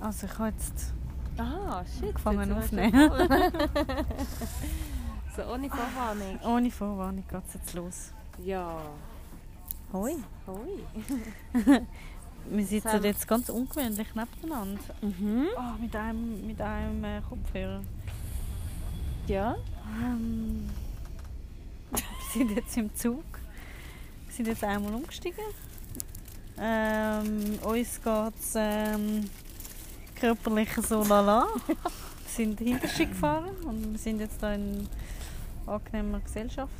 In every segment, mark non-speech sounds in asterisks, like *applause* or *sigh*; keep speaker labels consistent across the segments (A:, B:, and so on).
A: Also ich habe jetzt
B: Aha, shit.
A: Angefangen
B: jetzt sind wir
A: aufnehmen.
B: schon voll.
A: *laughs*
B: so ohne Vorwarnung.
A: ohne Vorwarnung geht's jetzt los.
B: Ja.
A: Hoi.
B: Hoi.
A: Wir sitzen
B: Sam.
A: jetzt ganz ungewöhnlich nebeneinander.
B: Mhm.
A: Ah, mit einem, mit einem äh, Kopfhörer.
B: Ja.
A: Ähm, wir *laughs* sind jetzt im Zug. Wir sind jetzt einmal umgestiegen. Ähm, uns geht es ähm, körperlich so *laughs* lala. Wir sind hinterher gefahren und wir sind jetzt da in angenehmer Gesellschaft.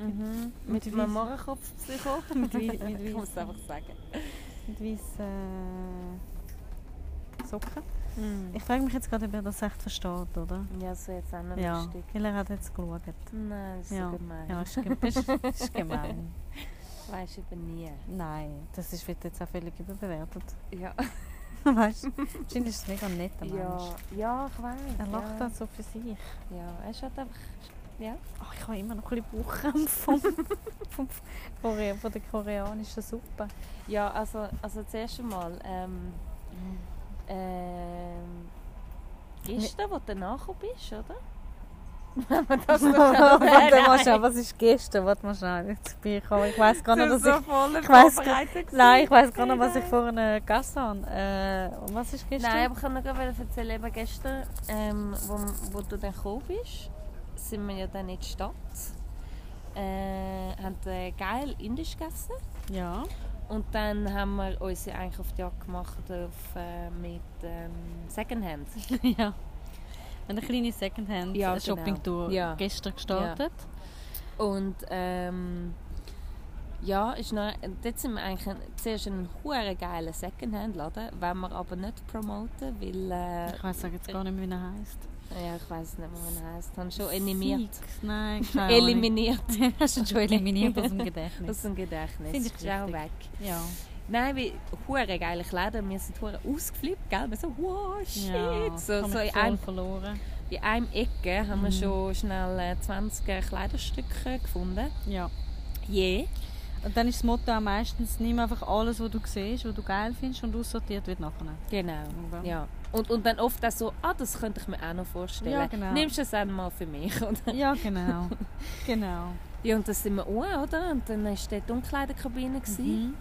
B: Mhm.
A: Mit
B: Mit
A: Weiss-
B: einem Mohrenkopfpsycho.
A: Mit Wei- mit Weiss-
B: Ich muss es einfach sagen.
A: Mit weißen äh, Socken. Ich frage mich jetzt gerade, ob er das echt versteht, oder?
B: Ja, so jetzt auch noch
A: Ja,
B: lustig.
A: weil er hat jetzt geschaut.
B: Nein, das ist
A: Ja.
B: so gemein.
A: Ja, ist, gem- ist, *laughs* ist gemein.
B: Weißt du eben nie.
A: Nein, das ist, wird jetzt auch völlig überbewertet.
B: *laughs* Ja.
A: *laughs* Weißt du, wahrscheinlich ist es mega nett, der Mensch.
B: Ja, ja ich weiß.
A: Er lacht
B: ja.
A: dann so für sich.
B: Ja, er ist halt einfach. Ja.
A: Ach, Ah, ich habe immer noch ein bisschen Bauchkrämpfe *laughs* vom, vom Korea, von der koreanischen Suppe.
B: Ja, also, also zuerst einmal, ähm, ähm, ist der, wo du nachgekommen bist, oder?
A: *laughs*
B: Wenn man das
A: warte mal schnell, was ist gestern? Warte mal schnell, jetzt bin ich gekommen. Ich weiß gar nicht, dass ich... ich weiss gar- Nein, ich weiß gar nicht, was ich vorhin äh, gegessen habe. Äh, und was ist gestern?
B: Nein, aber ich kann noch gerne erzählen, eben gestern, ähm, wo, wo du dann gekommen bist, sind wir ja dann in die Stadt, äh, haben äh, geil indisch gegessen
A: Ja.
B: und dann haben wir uns ja eigentlich auf die Jagd gemacht auf, äh, mit ähm, Secondhand. *laughs*
A: ja. Eine kleine
B: Ja, genau.
A: Secondhand-Shopping-Tour
B: Ja.
A: gestern gestartet.
B: Und ähm, ja, ist noch, dort sind wir eigentlich ein, zuerst ein hure geiler Secondhand-Laden, wollen wir aber nicht promoten, weil äh,
A: Ich weiß jetzt gar nicht mehr, wie er heißt.
B: ja, ich weiß nicht, wie man heißt, haben schon eliminiert, *laughs* Ah,
A: Nein, keine Ahnung. *laughs*
B: eliminiert
A: Hast du ihn schon eliminiert aus
B: *laughs*
A: dem Gedächtnis?
B: aus dem Gedächtnis.
A: Finde ich
B: Ist auch
A: richtig.
B: weg.
A: ja.
B: Nein, wie hure geile Kleider, wir sind hure ausgeflippt, gell? Wir so wow, shit, so, so in, einem,
A: verloren.
B: in einem Ecke haben wir
A: Mhm.
B: schon schnell äh, 20 Kleiderstücke gefunden.
A: Ja.
B: Je.
A: Und dann ist das Motto auch meistens, nimm einfach alles, was du siehst, was du geil findest und aussortiert wird nachher.
B: *laughs* Genau.
A: Oder?
B: Ja. Und, und dann oft auch so, ah, das könnte ich mir auch noch vorstellen.
A: Ja, genau.
B: Nimmst du es einmal für mich? Oder? *laughs*
A: Ja, genau. genau.
B: Ja, und dann sind wir auch, oder? Und dann war dort die Umkleidekabine. Mhm.
A: Hm?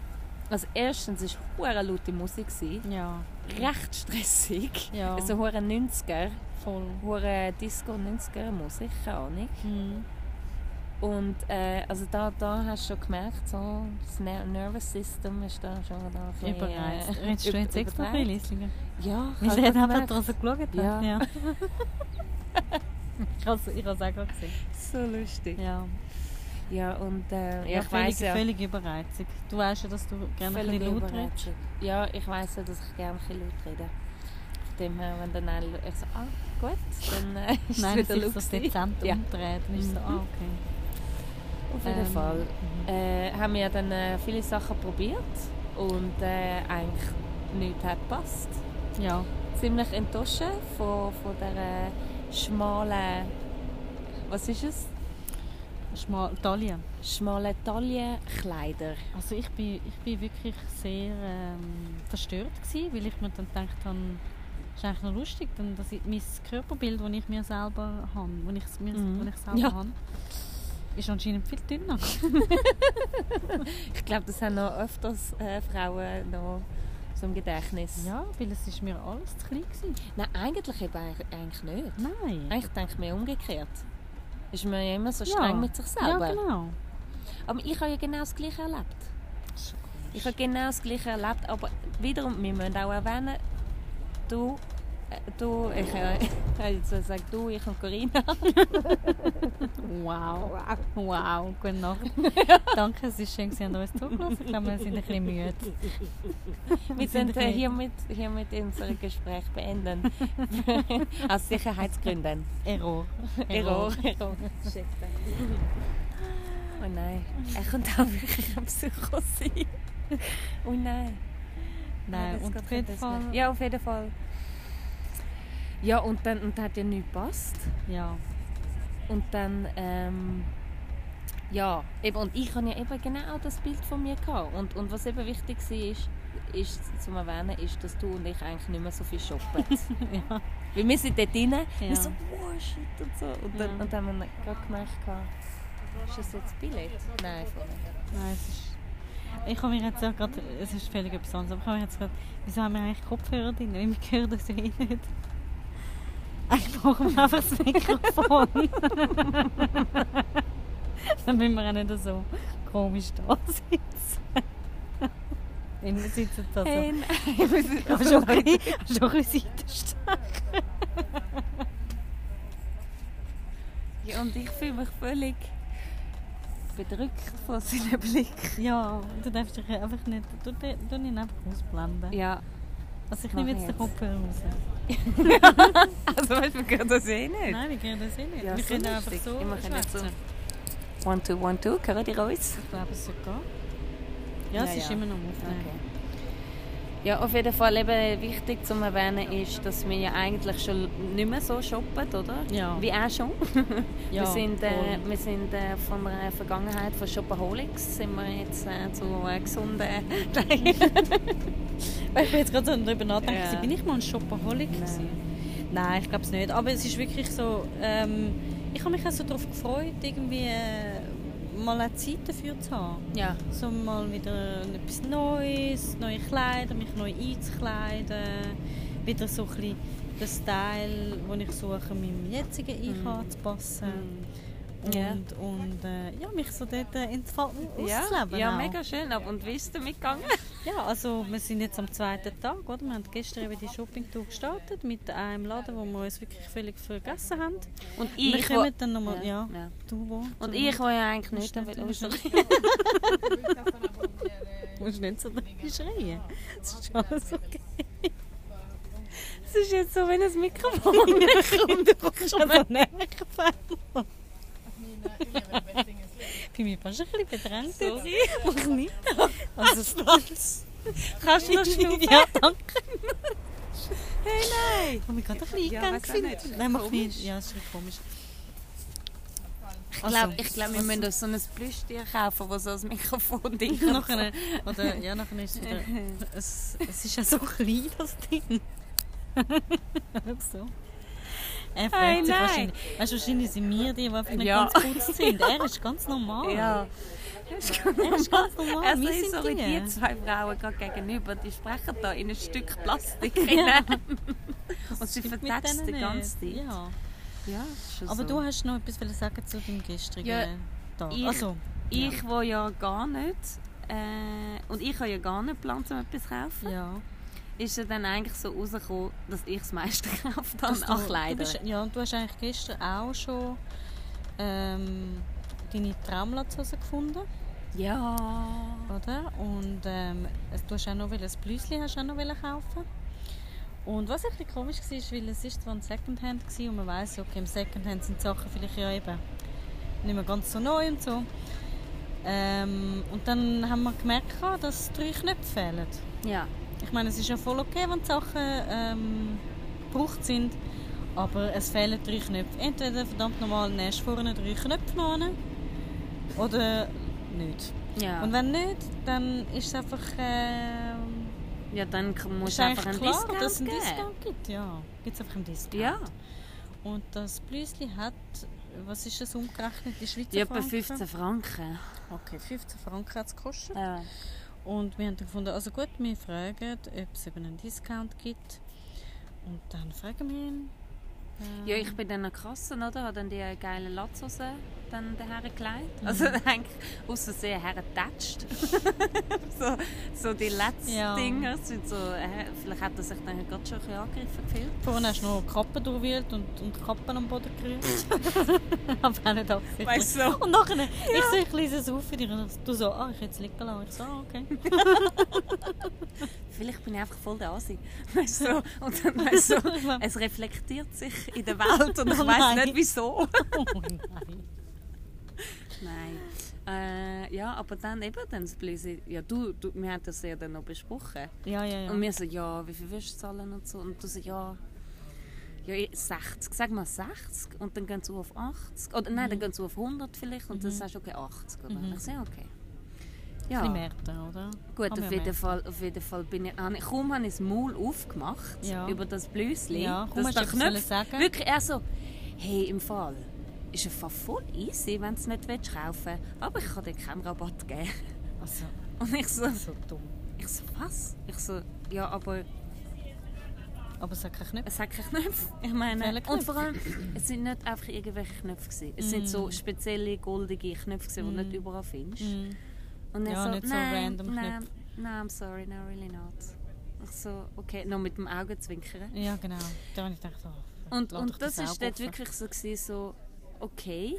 B: Also erstens war hure laute Musik. Gewesen.
A: Ja,
B: Recht stressig.
A: Ja.
B: Also hure 90er,
A: voll.
B: hure Disco 90er Musik, keine Ahnung.
A: Mhm.
B: Und äh, also da, da hast du schon gemerkt, so, das Ner- Nervous System ist da schon da ein bisschen,
A: Überreizt.
B: äh,
A: Redest du jetzt
B: über-
A: extra viel,
B: überreizt.
A: Lieslinger?
B: Ja,
A: Weil
B: hab
A: er
B: ich
A: hat einfach
B: gemerkt.
A: draussen geschaut. hat.
B: Ja.
A: ja. *laughs* ich habe es ich habe es auch gerade gesehen.
B: So lustig.
A: Ja.
B: Ja, und äh, ja, ich
A: völlig,
B: weiss ja.
A: völlig überreizig. Du weißt ja, dass du gerne ein
B: Völlig
A: bisschen laut redest.
B: überraschend. Ja, ich weiss ja, dass ich gerne ein bisschen laut rede. Von dem her, wenn dann einer ich so, ah, gut, dann äh, *laughs* ist
A: Nein,
B: es
A: es
B: wieder
A: ist
B: laut.
A: das
B: gewesen.
A: dezent
B: Ja. Mhm.
A: umdreht. Dann ist so, ah, okay.
B: Auf jeden
A: Ähm,
B: Fall äh, haben wir ja dann äh, viele Sachen probiert und äh, eigentlich nichts hat gepasst.
A: Ja.
B: Ziemlich enttäuscht von, von dieser schmalen, was ist es?
A: Schmal Italien.
B: Schmalen Taillenkleider.
A: Also ich bin, ich bin wirklich sehr ähm, verstört gewesen, weil ich mir dann gedacht habe, das ist eigentlich noch lustig, denn das ist mein Körperbild, das ich mir selber habe, wenn ich es mir,
B: Mhm.
A: das ich selber
B: Ja.
A: habe, ist anscheinend viel dünner.
B: Ich glaube, das haben noch öfters äh, Frauen noch so im Gedächtnis.
A: Ja, weil es ist mir alles zu klein gewesen.
B: Nein, eigentlich eben eig- eigentlich nicht.
A: Nein.
B: Eigentlich denke ich mir umgekehrt. Ist man ja immer so
A: Ja.
B: streng mit sich selber.
A: Ja, genau.
B: Aber ich habe ja genau das Gleiche erlebt. Ich habe genau das Gleiche erlebt, aber wiederum, wir müssen auch erwähnen, du, äh, du, ich, äh, *laughs* ich habe jetzt gesagt, du, ich und Corinna. *laughs*
A: Wow, wow, gute *laughs* Nacht. Danke, es ist schön, dass ihr uns zugelassen Ich glaube, wir sind ein bisschen müde.
B: Wir
A: sind
B: sind äh,
A: ein-
B: hiermit, hiermit unser Gespräch
A: *laughs*
B: beenden. *laughs* Aus Sicherheitsgründen.
A: Error.
B: Error. Error. Shit. Oh nein, er könnte auch wirklich ein Psycho sein.
A: *laughs*
B: Oh nein.
A: Nein,
B: das
A: und
B: geht
A: auf jeden
B: nicht.
A: Fall.
B: Ja, auf jeden Fall. Ja, und dann und hat ja nichts gepasst.
A: ja.
B: Und dann, ähm, ja, eben, und ich hatte ja eben genau das Bild von mir. Gehabt. Und, und was eben wichtig war, ist, ist, zum Erwähnen ist, dass du und ich eigentlich nicht mehr so viel *laughs* shoppen. Weil wir sind dort drin,
A: Ja.
B: wir so, wow, shit und so. Und dann,
A: Ja.
B: und dann haben wir gerade gemerkt, ist das jetzt billig? Nein, voll nicht.
A: Nein, es ist. Ich habe mir jetzt auch gerade. Es ist völlig etwas anderes. Aber ich habe mir jetzt gerade. Wieso haben wir eigentlich Kopfhörer drin? Weil wir hören das ja eh nicht. Eigentlich brauchen wir einfach das Mikrofon.
B: *laughs*
A: Dann müssen wir auch nicht so komisch da sitzen. Wenn wir sitzen da so.
B: Hey,
A: Hey.
B: *laughs* nein, wir sind
A: Aber schon ein bisschen- schon ein bisschen Seitenstach.
B: Ja, und ich fühle mich völlig bedrückt von seinem Blick.
A: Ja, du darfst dich einfach nicht. Du, du, du ihn einfach ausblenden.
B: Ja,
A: Also ich
B: Mach
A: nehme jetzt
B: ich
A: den
B: jetzt.
A: Kopfhörer raus.
B: also weißt du, wir können das eh nicht.
A: Nein, wir können das eh nicht.
B: Ja,
A: wir
B: so
A: können einfach
B: lustig.
A: so.
B: Wir machen jetzt so.
A: schwätzen.
B: One, two, one, two, hören die uns?
A: Ich glaube, es sollte gehen. Ja, es
B: Ja,
A: ist
B: ja.
A: immer noch am Aufnehmen.
B: Ja, auf jeden Fall eben wichtig zu erwähnen ist, dass wir ja eigentlich schon nicht mehr so shoppen, oder?
A: Ja.
B: Wie auch schon.
A: *laughs* Ja,
B: wir sind, äh,
A: voll.
B: wir sind äh, von der Vergangenheit von Shopaholics sind wir jetzt äh, zu
A: *laughs*
B: äh, gesunden
A: Weil *laughs* ich bin jetzt gerade so darüber nachdenken,
B: Ja.
A: bin ich mal ein Shopaholic
B: Nein.
A: gewesen? Nein, ich glaube es nicht. Aber es ist wirklich so, ähm, ich habe mich auch so darauf gefreut, irgendwie äh, mal eine Zeit dafür zu haben.
B: Ja.
A: So mal wieder etwas Neues, neue Kleider, mich neu einzukleiden, wieder so ein bisschen den Style, den ich suche, meinem jetzigen Ich
B: Mhm.
A: anzupassen. Und,
B: Ja.
A: und äh, ja, mich so dort äh, ins Fall
B: Ja,
A: auszuleben
B: ja
A: auch.
B: mega schön. Aber und wie ist es damit gegangen?
A: Ja, also wir sind jetzt am zweiten Tag, oder? Wir haben gestern eben die Shopping-Tour gestartet mit einem Laden, wo wir uns wirklich völlig vergessen haben.
B: Und
A: wir
B: wo-
A: kommen dann nochmal, ja. du wo?
B: Und ich, wo ja eigentlich nicht
A: Musst
B: damit
A: nicht- musst
B: ausreden. *laughs*
A: Du musst nicht so dabei schreien. Das ist alles okay.
B: *laughs* Es ist jetzt so, wenn
A: *laughs*
B: ein Mikrofon *laughs* kommt.
A: Du kommst also nerven. Ich bin mir fast ein bisschen bedrängt
B: So.
A: jetzt. Mach nicht. Also, das
B: Kannst du noch schnaufen?
A: *laughs* Ja, Oh danke.
B: Hey,
A: Ich habe mich gerade ein bisschen
B: Ja,
A: eingegangen.
B: weiss auch nicht.
A: gefühlt. Nein, mach
B: Komisch.
A: nicht. Ja, es ist ein bisschen komisch.
B: Ich glaube, ich glaub,
A: Also.
B: wir müssen uns so ein Plüschtier kaufen, das so ein
A: *laughs*
B: Mikrofon-Ding hat.
A: nachher, oder, ja, nachher ist es
B: *laughs*
A: wieder... Es, es ist ja so klein, das Ding. so. Er fragt
B: Hey,
A: sich
B: nein.
A: wahrscheinlich... Weißt du, wahrscheinlich sind wir die, die einfach nicht
B: Ja.
A: ganz kurz sind. Er ist ganz normal.
B: Oh, Ja.
A: Er ist ganz normal.
B: Also,
A: wir
B: ich
A: sind
B: sorry,
A: die.
B: die zwei Frauen gerade gegenüber, die sprechen da in ein Stück Plastik *laughs*
A: Ja.
B: rein.
A: Das
B: Und sie
A: stimmt mit
B: vertätschen
A: denen
B: die ganze
A: nicht.
B: Zeit.
A: Ja.
B: Ja, ist schon
A: Aber
B: Also so.
A: du hast noch etwas wollen sagen zu dem gestrigen
B: Ja,
A: Tag.
B: ich-
A: also,
B: Ich, wo ja gar nicht... Äh, und ich habe ja gar nicht geplant, um etwas zu kaufen.
A: ja.
B: Ist ja dann eigentlich so rausgekommen, dass ich das meiste gekauft
A: Dass
B: habe
A: du-
B: an
A: Du
B: Kleidern.
A: bist, ja, und du hast eigentlich gestern auch schon ähm, deine Traumlatzhose gefunden,
B: Ja.
A: oder? Und ähm, es- du hast auch noch wollen- ein Blüsli hast du auch noch wollen kaufen. Und was ein bisschen komisch war, ist, weil es ist zwar ein Secondhand war und man weiss, ja, okay, im Secondhand sind die Sachen vielleicht ja eben nicht mehr ganz so neu und so. Ähm, und dann haben wir gemerkt, ah, dass drei Knöpfe fehlen.
B: Ja.
A: Ich meine, es ist ja voll okay, wenn die Sachen ähm, gebraucht sind, aber es fehlen drei Knöpfe. Entweder verdammt normal nähst du vorne drei Knöpfe noch hin, oder nicht.
B: Ja.
A: Und wenn nicht, dann ist es einfach, ähm,
B: ja, dann k- musst
A: ist
B: du einfach
A: eigentlich
B: einen
A: klar,
B: Discount
A: dass es einen
B: geben.
A: Discount gibt. Ja, gibt es einfach einen Discount.
B: Ja.
A: Und das Blüsli hat, was ist es umgerechnet, die Schweizer
B: Ja, etwa
A: Franken?
B: 15 Franken.
A: Okay, 15 Franken hat es gekostet.
B: Ja.
A: Und wir haben dann gefunden, also gut, wir fragen, ob es eben einen Discount gibt. Und dann fragen wir ihn.
B: Ja, ich bin dann an der Kasse, oder? Habe dann die äh, geile Latzhose dann daher gelegt.
A: Mhm.
B: Also *laughs* eigentlich aus Versehen hergetatscht. *laughs* so, so die letzten
A: Ja.
B: Dinger sind so... Äh, vielleicht hat er sich dann gerade schon ein bisschen angegriffen gefühlt.
A: Vorne hast du noch Kappen durchwühlt und, und Kappen am Boden
B: *laughs*
A: gerührt. Aber auch nicht absichtlich.
B: Weißt du so?
A: Und nachher, ich so, ich lese es auf für dich. Und du so, ah, ich hätte es liegen lassen. Ich so, ah, okay.
B: *laughs* Vielleicht bin ich einfach voll der Asi. *laughs* Weißt du? so? Und dann weißt du, so,
A: *laughs*
B: es reflektiert sich in der Welt und ich
A: Oh
B: weiß
A: nein.
B: nicht wieso.
A: *laughs* Oh nein.
B: Nein. Äh, ja, aber dann eben dann das Blöse. Ja, du, du, wir haben das ja dann noch besprochen.
A: Ja, ja, ja.
B: Und wir so, ja, wie viel wirst du zahlen und so. Und du so, ja, ja, ich- 60, sag mal 60. Und dann gehen sie
A: Mhm.
B: auf 80. Oder nein, dann gehen sie auf 100 vielleicht. Und dann sagst du, okay, 80. Oder? Ich so, ja, okay.
A: Ja. Ein Mhm. bisschen
B: Ja,
A: härter, oder? Kann
B: gut,
A: man
B: auf jeden,
A: merken.
B: Fall, auf jeden Fall bin ich... habe ich- Kaum habe ich das Maul aufgemacht
A: Ja.
B: über das Blüsli.
A: Ja, kaum hast
B: dass der
A: du etwas
B: Knopf...
A: sagen wollen.
B: Wirklich, er so... Hey, im Fall... Ist im Fall voll easy, wenn du es nicht willst, kaufen willst. Aber ich kann dir keinen Rabatt geben. *laughs*
A: Also,
B: Und ich so...
A: so dumm.
B: Ich so, was? Ich so... Ja, aber...
A: Aber es hat keinen Knöpfe.
B: Es hat keinen Knopf. Ich meine,
A: Welcher Knopf?
B: und vor allem, es sind nicht einfach irgendwelche Knöpfe. Gewesen. Es
A: Mm.
B: sind so spezielle, goldige Knöpfe, gewesen, die du nicht überall findest. Und
A: Mm.
B: dann
A: Ja,
B: so,
A: nicht so
B: nein,
A: random
B: nein,
A: Knöpfe.
B: nein, I'm sorry, no, really not. Ich so, okay, noch mit dem Augenzwinkern.
A: Mm, Ja, genau. Da habe ich gedacht, oh, lass
B: Und,
A: doch
B: und das
A: Auge
B: ist dort
A: offen.
B: wirklich so, gewesen, so, okay,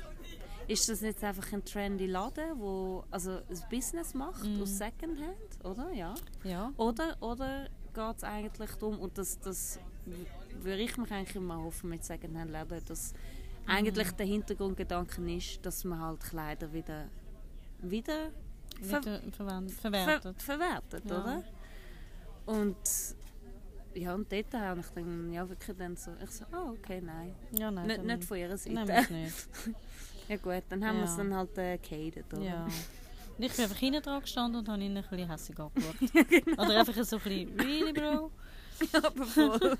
B: ist das jetzt einfach ein trendy Laden, wo also ein Business macht
A: Mm.
B: aus Secondhand, oder? Ja.
A: Ja.
B: Oder, oder geht es eigentlich darum, und das, das w- würde ich mich eigentlich immer hoffen mit Secondhand-Läden, dass eigentlich
A: Mhm.
B: der Hintergrundgedanke ist, dass man halt Kleider wieder, wieder, ver
A: Wieder verwend-
B: ver
A: verwertet.
B: verwertet,
A: Ja.
B: oder? Und ja, und dort habe ich dann ja wirklich dann so, ich so, ah okay, nein.
A: Ja, nein.
B: Nicht,
A: dann-
B: nicht von ihrer
A: Nein, muss
B: Seite.
A: nicht.
B: *laughs* Ja gut, dann haben wir es
A: Ja.
B: dann halt äh, gehatet, oder?
A: *laughs* Ja. Und ich bin einfach hinten dran gestanden und habe ihn ein bisschen *laughs* hässlich angeschaut. Oder einfach so ein bisschen, really, Bro?
B: Aber *laughs* voll.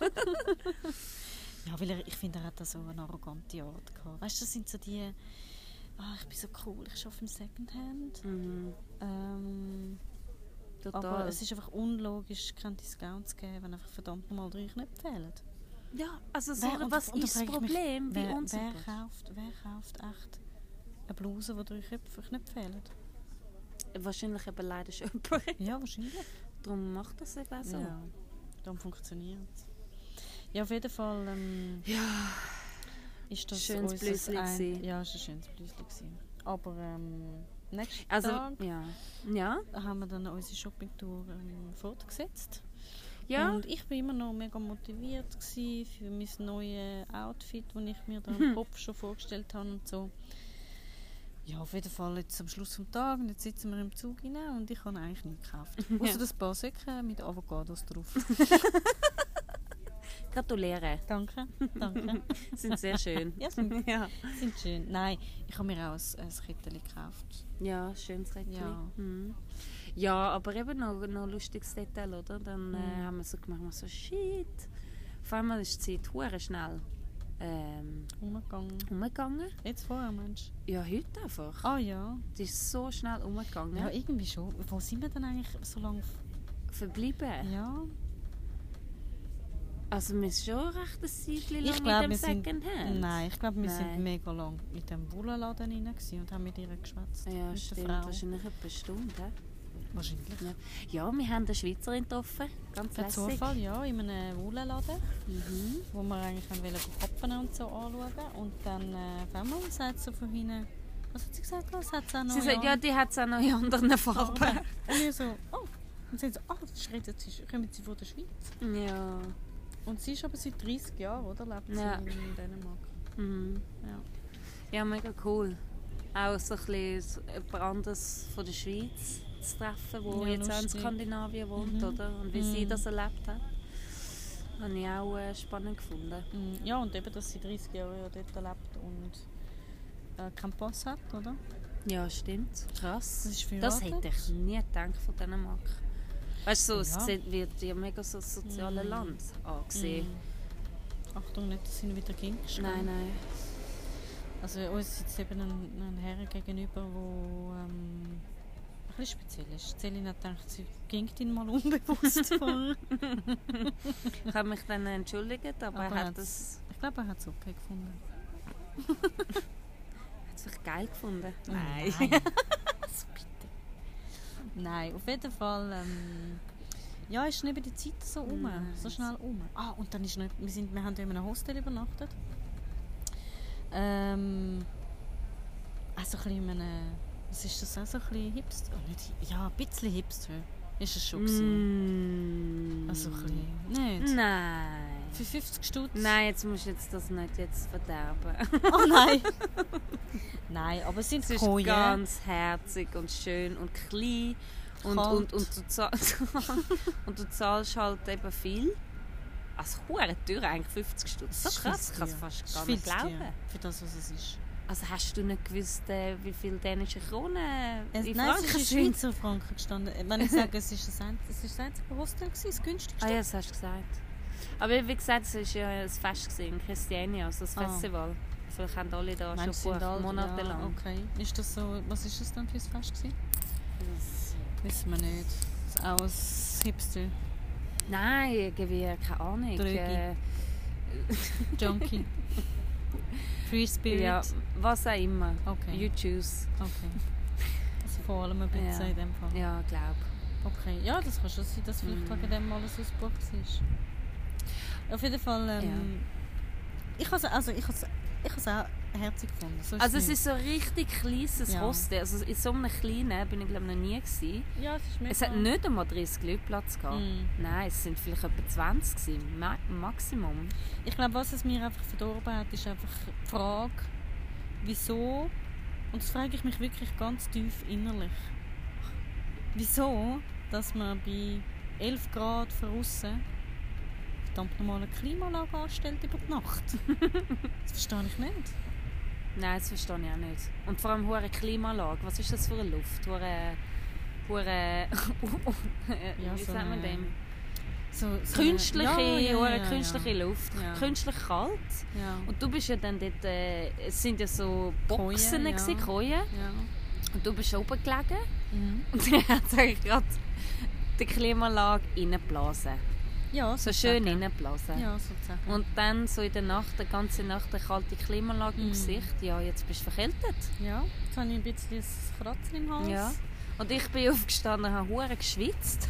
A: Ja, weil er, ich finde, er hat da so eine arrogante Art gehabt. Weißt du, das sind so die, ah, ich bin so cool, ich arbeite im Secondhand.
B: mhm,
A: Ähm, aber
B: total.
A: es ist einfach unlogisch, keinen Discount zu geben, wenn einfach verdammt nochmal drei Knöpfe fehlen.
B: Ja, also so,
A: Wer- und-
B: was
A: und da
B: ist das
A: frage ich mich,
B: Problem? Hm, Wie
A: Wer, wer,
B: unsympathisch?
A: kauft, wer kauft echt eine Bluse, wo drei Knöpfe, Knöpfe fehlen?
B: Wahrscheinlich eben leider schon *laughs* jemand.
A: Ja, wahrscheinlich.
B: Darum macht das eben so.
A: Ja, dann funktioniert Ja, auf jeden Fall ähm, ist das
B: Schönes
A: unser
B: Blüsli
A: ein-
B: gewesen.
A: Ja, es war ein schönes Blüsli. gewesen. Aber ähm, nächsten
B: Also,
A: Tag
B: ja. Ja?
A: haben wir dann unsere Shoppingtour ähm, fortgesetzt.
B: Ja?
A: Und ich war immer noch mega motiviert gewesen für mein neues Outfit, das ich mir da im Kopf schon vorgestellt habe und so. Ja, auf jeden Fall jetzt am Schluss vom Tag, und jetzt sitzen wir im Zug hinein und ich habe eigentlich nichts *laughs* gekauft. Außer das paar Säcke mit Avocados drauf. *laughs*
B: Gratuliere.
A: Danke, *laughs* danke.
B: *laughs* Sind sehr schön.
A: Ja, sind,
B: *laughs* ja.
A: sind schön. Nein, ich habe mir auch ein, ein Kettchen gekauft.
B: Ja, schönes Rädchen.
A: Ja.
B: Mhm. Ja, aber eben noch, noch ein lustiges Detail, oder? Dann äh, haben wir so gemacht, wir so, shit. Auf einmal ist die Zeit hure schnell ähm,
A: Umgegangen.
B: umgegangen.
A: Jetzt vorher, Mensch.
B: Ja, heute einfach.
A: Ah ja.
B: Die ist so schnell umgegangen.
A: Ja, irgendwie schon. Wo sind wir denn eigentlich so lange? f-
B: Verblieben.
A: Ja.
B: Also wir sind schon recht ein Zeitchen lang
A: Ich glaube,
B: in dem
A: wir sind.
B: Secondhand.
A: Nein, ich glaube, wir sind
B: Nein.
A: mega lang in dem Bullenladen rein gewesen und haben mit ihr geschwätzt.
B: Ja,
A: mit
B: stimmt.
A: der Frau.
B: Wahrscheinlich etwa eine Stunde. hä?
A: Wahrscheinlich.
B: Ja. ja, wir haben eine Schweizerin getroffen. Ganz
A: Per
B: lässig.
A: Zufall, ja, in einem Bullenladen,
B: Mhm.
A: wo wir eigentlich haben wollen Kappen und so anschauen. Und dann, äh, auf einmal sagt sie von hinten, was hat sie gesagt? Was hat sie auch noch
B: Sie sagt, ja, die hat es auch noch in
A: *laughs*
B: anderen Farben.
A: Und ich so, oh. Und sie so, ah, das ist redet sie, kommen sie von der Schweiz.
B: Ja.
A: Und sie ist aber seit 30 Jahren, oder? Lebt sie
B: Ja.
A: in Dänemark.
B: Mhm.
A: Ja.
B: ja, mega cool. Auch so ein bisschen so jemand anderes von der Schweiz zu treffen, wo
A: Ja,
B: jetzt auch in
A: lustig. Mhm.
B: Skandinavien wohnt, oder? Und wie sie das erlebt hat. Habe ich auch äh, spannend gefunden.
A: Mm, Ja, und eben, dass sie 30 Jahre ja dort lebt und äh, keinen Pass hat, oder?
B: Ja, stimmt. Krass.
A: Das ist
B: Das
A: verheiratet.
B: hätte ich nie gedacht von Dänemark. Weißt du, so, es
A: Ja. Mm.
B: sieht- wird ja mega so das soziale Land angesehen.
A: Achtung, nicht, dass sie ihn wieder Kind geschrieben
B: Nein, nein.
A: Also uns sitzt eben ein, ein Herr gegenüber, der ähm, ein bisschen speziell ist. Celine hat gedacht, sie gingt ihn mal *laughs* unbewusst vor.
B: Ich habe mich dann entschuldigt, aber,
A: Aber
B: er hat
A: hat's-
B: das
A: Ich glaube, er hat es okay gefunden.
B: hat sich geil gefunden.
A: Oh, *laughs*
B: *laughs*
A: also bitte. Nein, auf jeden Fall. Ähm, ja, ist neben die Zeit so um,
B: Nein.
A: so schnell um. Ah, und dann ist noch, wir, sind, wir haben ja in einem Hostel übernachtet. Ähm, also ein bisschen in einem, was ist das auch so ein bisschen hipster? Oh, nicht, hi- ja, ein bisschen hipster ist es schon gewesen.
B: Mm.
A: Also ein bisschen, nicht?
B: Nein.
A: Für 50 Stutz?
B: Nein, jetzt musst du jetzt das nicht jetzt verderben.
A: *laughs* Oh
B: *laughs*
A: nein. nein, aber es sind
B: Es ist
A: Koje.
B: ganz herzig und schön und klein. Und,
A: Kalt.
B: und, und, du zahlst, *laughs* und du zahlst halt eben viel. Also, hure teuer eigentlich, 50 Stutz.
A: Es
B: So
A: ist
B: krass,
A: viel
B: ich kann
A: zu teuer.
B: es fast
A: Es
B: gar
A: ist viel
B: nicht
A: zu teuer
B: glauben.
A: Für das, was es ist.
B: Also hast du nicht gewusst, äh, wie viel dänische Kronen
A: Es,
B: in
A: nein, es
B: Franken
A: ist in
B: sind?
A: Schweizer Franken gestanden. Äh, Wenn ich sage, es ist ein, es ist das einzige Hostel, gewesen, das günstigste.
B: Ah ja, das hast du gesagt. Aber wie gesagt, es war ja ein Fest gewesen in Christiania, also das
A: Ah.
B: Festival. Vielleicht haben alle da
A: Meinst du,
B: schon
A: sind
B: gebucht,
A: alle-
B: monatelang.
A: Ja, okay. Ist das so, was ist das denn für ein Fest? Gewesen?
B: Das-
A: Wissen wir nicht. Das ist auch ein Hipster,
B: Nein, irgendwie, keine Ahnung.
A: Drügi.
B: Äh, *laughs*
A: Junkie. Free Spirit.
B: ja, was auch immer.
A: Okay.
B: You choose.
A: Okay. Also vor allem ein bisschen
B: Ja.
A: in dem Fall.
B: Ja, glaub.
A: Okay. Ja, das kann schon sein, dass vielleicht
B: Mhm.
A: wegen dem alles ausgebucht war. Auf jeden Fall, ähm, ich habe es also, ich has- ich has auch herzig gefunden. So
B: Also es
A: nicht.
B: ist so ein richtig kleines
A: Ja.
B: Hostel. Also in so einem kleinen bin ich glaube noch nie gewesen.
A: Ja, es ist mega.
B: Es hat nicht einmal 30 Leute Platz gehabt.
A: Mhm.
B: Nein, es sind vielleicht etwa 20 gewesen, ma Maximum.
A: Ich glaube, was es mir einfach verdorben hat, ist einfach die Frage, wieso, und das frage ich mich wirklich ganz tief innerlich, wieso, dass man bei 11 Grad draussen verdammt nochmal eine Klimaanlage anstellt über die
B: *laughs*
A: Nacht. das verstehe ich nicht.
B: Nein, das verstehe ich auch nicht. Und vor allem hure Klimaanlage. Was ist das für eine Luft? Hure, hure, *laughs*
A: Ja,
B: wie
A: so
B: sagt man
A: eine-
B: dem?
A: So, so eine-
B: Künstliche,
A: Ja, ja,
B: hure
A: ja, ja.
B: künstliche Luft,
A: Ja.
B: künstlich kalt.
A: Ja.
B: Und du bist ja dann dort, äh, es sind ja so
A: Koje,
B: Boxen,
A: ja.
B: gewesen, Koje.
A: ja.
B: Und du bist oben gelegen.
A: Mhm.
B: Und *laughs* dann hat er gerade die Klimaanlage reingeblasen.
A: ja,
B: So schön
A: sozusagen.
B: reingeblasen.
A: Ja, sozusagen.
B: Und dann so in der Nacht, die ganze Nacht eine kalte Klimaanlage im
A: Mm.
B: Gesicht. Ja, jetzt bist du verkältet.
A: ja, jetzt habe ich ein bisschen ein Kratzen im Hals. *laughs*
B: Ja. Und ich bin *laughs* aufgestanden und habe hure *laughs* geschwitzt.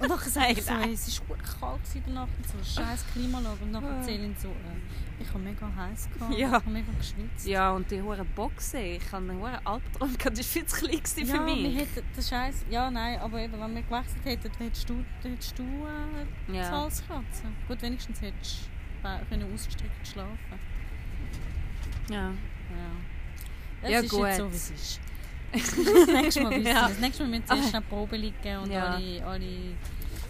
A: Und nachher sage ich so,
B: Nein.
A: hey, es ist gut kalt in der Nacht, so eine scheiß Klimaanlage. Und nachher
B: Ja.
A: erzähle ich so, äh, ich habe mega heiß gehabt,
B: Ah. Ja.
A: ich habe mega geschwitzt.
B: Ja, und die hure Boxen. Ich hatte einen hohen Albtraum. gehabt. Das war viel zu klein gewesen für
A: Ja, wir
B: mich.
A: hätten den Scheiß, ja, nein, aber eben, wenn wir gewechselt hätten, dann hättest du, dann hättest du äh, das
B: Ja.
A: Halskratzen. Gut, wenigstens hättest du ba- können ausgestreckt schlafen.
B: ja.
A: Ja. Es
B: Ja,
A: ist
B: gut.
A: jetzt so, wie es
B: *laughs*
A: ist. das nächste Mal wissen wir.
B: Ja.
A: Das nächste Mal müssen wir zuerst eine Probe liegen und
B: Ja.
A: alle, alle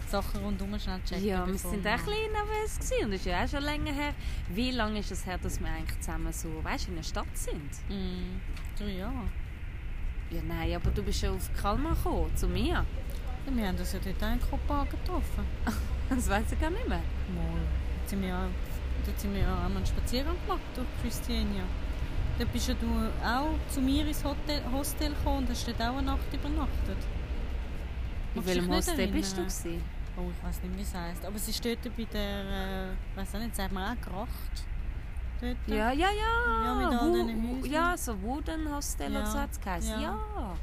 A: Sachen rundherum schnell checken.
B: Ja, wir
A: bevor
B: sind auch ein bisschen nervös gewesen. und es ist ja auch schon länger her. Wie lange ist es her, dass wir eigentlich zusammen so, weißt, in der Stadt sind?
A: Mm, drei Jahre.
B: Ja, nein, aber du bist ja auf Kalmar gekommen, zu mir.
A: Ja, Wir haben das ja dort auch in Kopenhagen getroffen.
B: Das weiß ich gar nicht mehr.
A: Mal. Dort sind wir ja, dort sind wir ja auch einmal einen Spaziergang gemacht durch Christiania. Dort bist ja du auch zu mir ins Hotel, Hostel gekommen und hast dort auch eine Nacht übernachtet.
B: In
A: Magst du dich
B: welchem
A: nicht
B: Hostel
A: erinnern?
B: bist du? Gewesen?
A: Oh, ich weiß nicht, wie es heisst. Aber es ist dort bei der, äh, weiß auch nicht, sagt man auch Gracht? Dort.
B: Ja, ja, ja.
A: Ja, mit all
B: Wo-
A: diesen Häusern.
B: Ja, so Wooden Hostel
A: Ja,
B: oder so hat es geheißen.
A: ja.
B: Ja.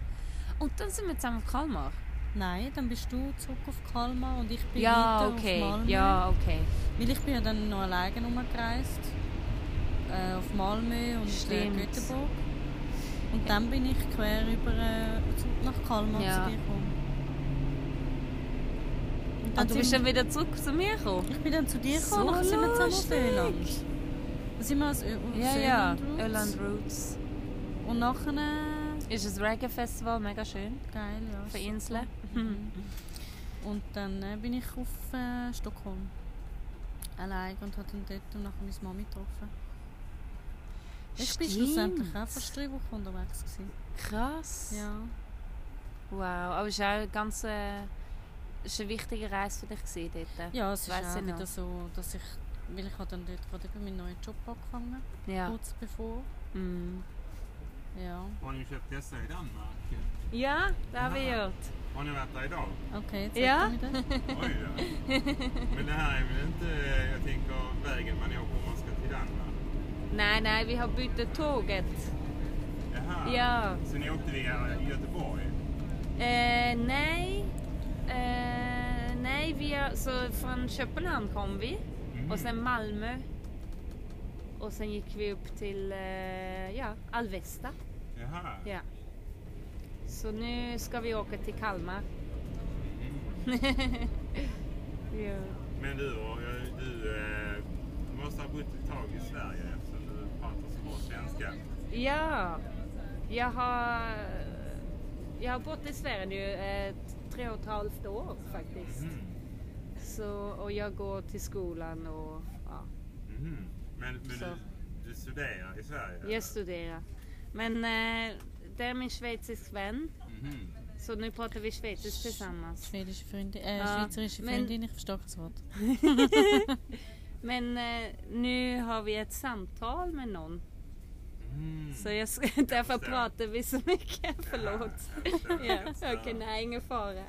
B: Und dann sind wir zusammen auf Kalmar.
A: Nein, dann bist du zurück auf Kalmar und ich bin
B: Ja,
A: weiter auf
B: okay.
A: Malmö.
B: Ja, okay.
A: Weil ich bin ja dann noch alleine rumgereist. Äh, auf Malmö und äh,
B: Stimmt.
A: Göteborg. Und dann bin ich quer über äh, zu- nach Kalmar
B: Ja.
A: zu dir gekommen. Und
B: Und Ah, du bist
A: sind
B: dann
A: wir-
B: wieder zurück zu mir gekommen?
A: Ich bin dann zu dir
B: So
A: gekommen, nachher sind wir zusammen auf
B: lustig.
A: Öland. Dann sind wir aus Ö aus
B: Ja, ja.
A: Öland raus.
B: Öland Roots.
A: Und nachher...
B: Ist ein Reggae-Festival, mega schön.
A: Geil, ja.
B: Für Inseln. *laughs*
A: Mhm. Und dann äh, bin ich auf äh, Stockholm. Allein und habe dann dort und nachher meine Mami getroffen. Ich bin
B: Stimmt.
A: schlussendlich auch fast drei Wochen unterwegs. Gewesen.
B: Krass.
A: Ja.
B: Wow. Aber es war auch eine ganz... Äh, ist eine wichtige Reise für dich gewesen dort.
A: ja, es ist
B: Weiss ich
A: auch wieder
B: noch.
A: so, dass ich, weil ich habe dann dort gerade eben meinen neuen Job angefangen,
B: Ja.
A: kurz bevor.
B: Mm.
A: Ja,
C: Har ni köpt dessa i Danmark?
B: Ja, da habe ich
C: Aha.
B: gehört.
C: Har ni varit där idag?
A: okay, jetzt
B: Ja.
A: sagt er mir das.
C: Oj då. *laughs* Men det här är väl inte, jag tänker, vägen man åker om man ska till Danmark?
B: Nein, nein, wir haben heute Toget.
C: Jaha.
B: Ja.
C: Så ni åkte via Göteborg?
B: Äh, nein. Äh, nein, wir, so von Köpenhamn kommen wir.
C: Mhm.
B: Och sen Malmö. Och sen gick vi upp till eh, ja, Alvesta.
C: Jaha.
B: Ja. Så nu ska vi åka till Kalmar. *laughs* ja.
C: Men du, och jag- du eh, måste ha bott ett tag i Sverige eftersom du pratar så bra svenska. Mm.
B: ja, jag har, jag har bott i Sverige nu eh, tre och ett halvt år faktiskt.
C: Mhm.
B: Så, och jag går till skolan och ja.
C: Mhm. Men, men
B: Så.
C: du, du studerar i Sverige? eller?
B: Jag studerar. Men eh, det är min schweizisk vän.
C: Mhm.
B: Så nu pratar vi schweiziskt tillsammans.
A: *laughs* Schwedische Freundin, äh,
B: Ja,
A: schweizerische
B: men-
A: Freundin, ich verstehe das Wort.
B: Men eh, nu har vi ett samtal med någon.
C: Mhm.
B: Så jag, s- *laughs* därför
C: förstår.
B: pratar vi så mycket. Förlåt.
C: Ja, jag förstår.
B: Ja, Okej, nej, ingen fara.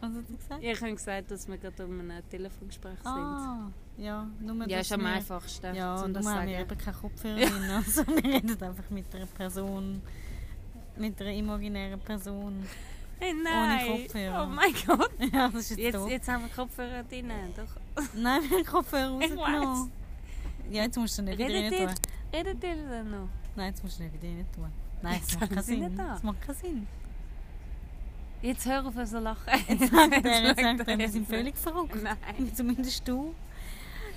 A: Was hast du gesagt?
B: Ich habe gesagt, dass wir gerade um eine Telefonsprache sind.
A: Ah, ja, nur
B: Ja,
A: dass
B: ist am
A: wir-
B: einfachsten,
A: Ja,
B: um
A: und
B: das
A: darum haben wir
B: sagen.
A: eben keine Kopfhörerin, also *laughs* wir reden einfach mit einer Person, mit einer imaginären Person. *laughs*
B: Hey, nein!
A: Kopfhörer.
B: Oh mein Gott!
A: Ja, das ist jetzt,
B: Jetzt,
A: doof.
B: jetzt haben wir Kopfhörer drin. Doch.
A: Nein, wir haben Kopfhörer
B: Ich
A: rausgenommen. Ja, jetzt musst du nicht wieder
B: Redet
A: rein tun.
B: ihr, redet ihr denn noch?
A: Nein, jetzt musst du nicht wieder rein tun. Nein, das
B: Jetzt
A: macht keinen
B: haben sie
A: Sinn.
B: nicht da.
A: Das macht keinen Sinn.
B: Jetzt hör auf, so
A: *laughs*
B: lachen. *laughs* Jetzt
A: Sagt er, jetzt sagt er, wir sind völlig verrückt.
B: Nein.
A: *laughs* Zumindest du.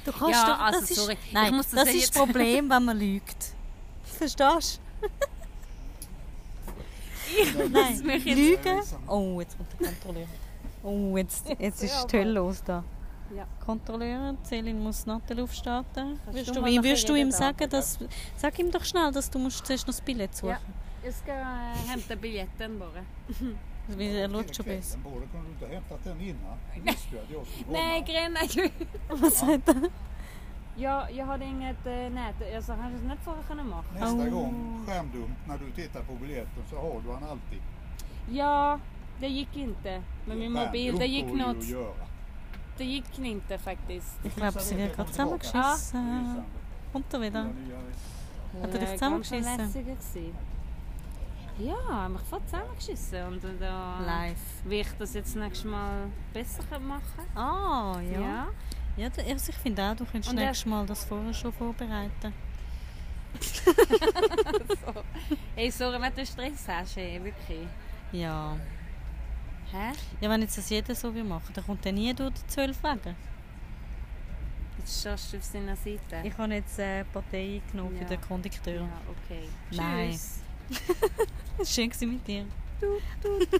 A: Du kannst
B: Ja,
A: doch,
B: also,
A: das ist,
B: sorry.
A: Nein,
B: Ich muss das
A: das,
B: ja
A: ist
B: jetzt-
A: das Problem, wenn man lügt. Verstehst
B: *laughs*
A: du? Nein,
B: mich jetzt-
A: lügen. Oh, jetzt kommt der Kontrolleur. Oh, jetzt,
B: *laughs*
A: jetzt ist die Hölle los da.
B: Ja.
A: Kontrolleur, Celine muss Nattel aufstarten.
B: Kannst
A: Wirst
B: du
A: du,
B: mal
A: ihm-
B: nachher
A: wirst du ihm
B: reden,
A: sagen, dass... Sag ihm doch schnell, dass du musst zuerst noch das Billett suchen.
B: Ja. Jag ska eh, hämta biljetten bara.
A: Weil er schaut schon besser.
D: Den borde kunde du inte ha hämtat den innan. Du visste ju att jag skulle komma.
B: Nej, grejen är ju...
A: Was sagt er?
B: Jag, jag hade inget eh, nät. Alltså, han hade inte förra kunna machen.
D: Nästa
A: Au.
D: gång, skärmdump, när du tittar på biljetten så har du han alltid.
B: Ja, det gick inte med min mobil. Det gick
D: Skärmdump går ju
B: något.
D: att göra.
B: Det gick inte faktiskt.
A: Ich glaube, sie
D: Ah.
A: wird gerade zusammengeschissen. Kommt er wieder? Hat er dich zusammengeschissen?
B: Ja, haben wir voll zusammengeschissen. Und äh, da
A: Live.
B: wie ich das jetzt nächstes Mal besser kann machen
A: Ah,
B: Ja.
A: ja. ja. du- also ich finde auch, du könntest
B: Und er-
A: nächstes Mal das vorher schon vorbereiten.
B: Ey, sorry, wenn du Stress hast, ey, wirklich.
A: Ja.
B: Hä?
A: Ja, wenn jetzt das jeder so wie machen, dann kommt er nie durch die zwölf Wege.
B: Jetzt schaust du auf seiner Seite.
A: Ich habe jetzt äh, Partei genommen
B: Ja.
A: für den Kondukteur.
B: Ja, okay.
A: Nein. *laughs*
B: Tschüss.
A: Schön war mit dir. *laughs*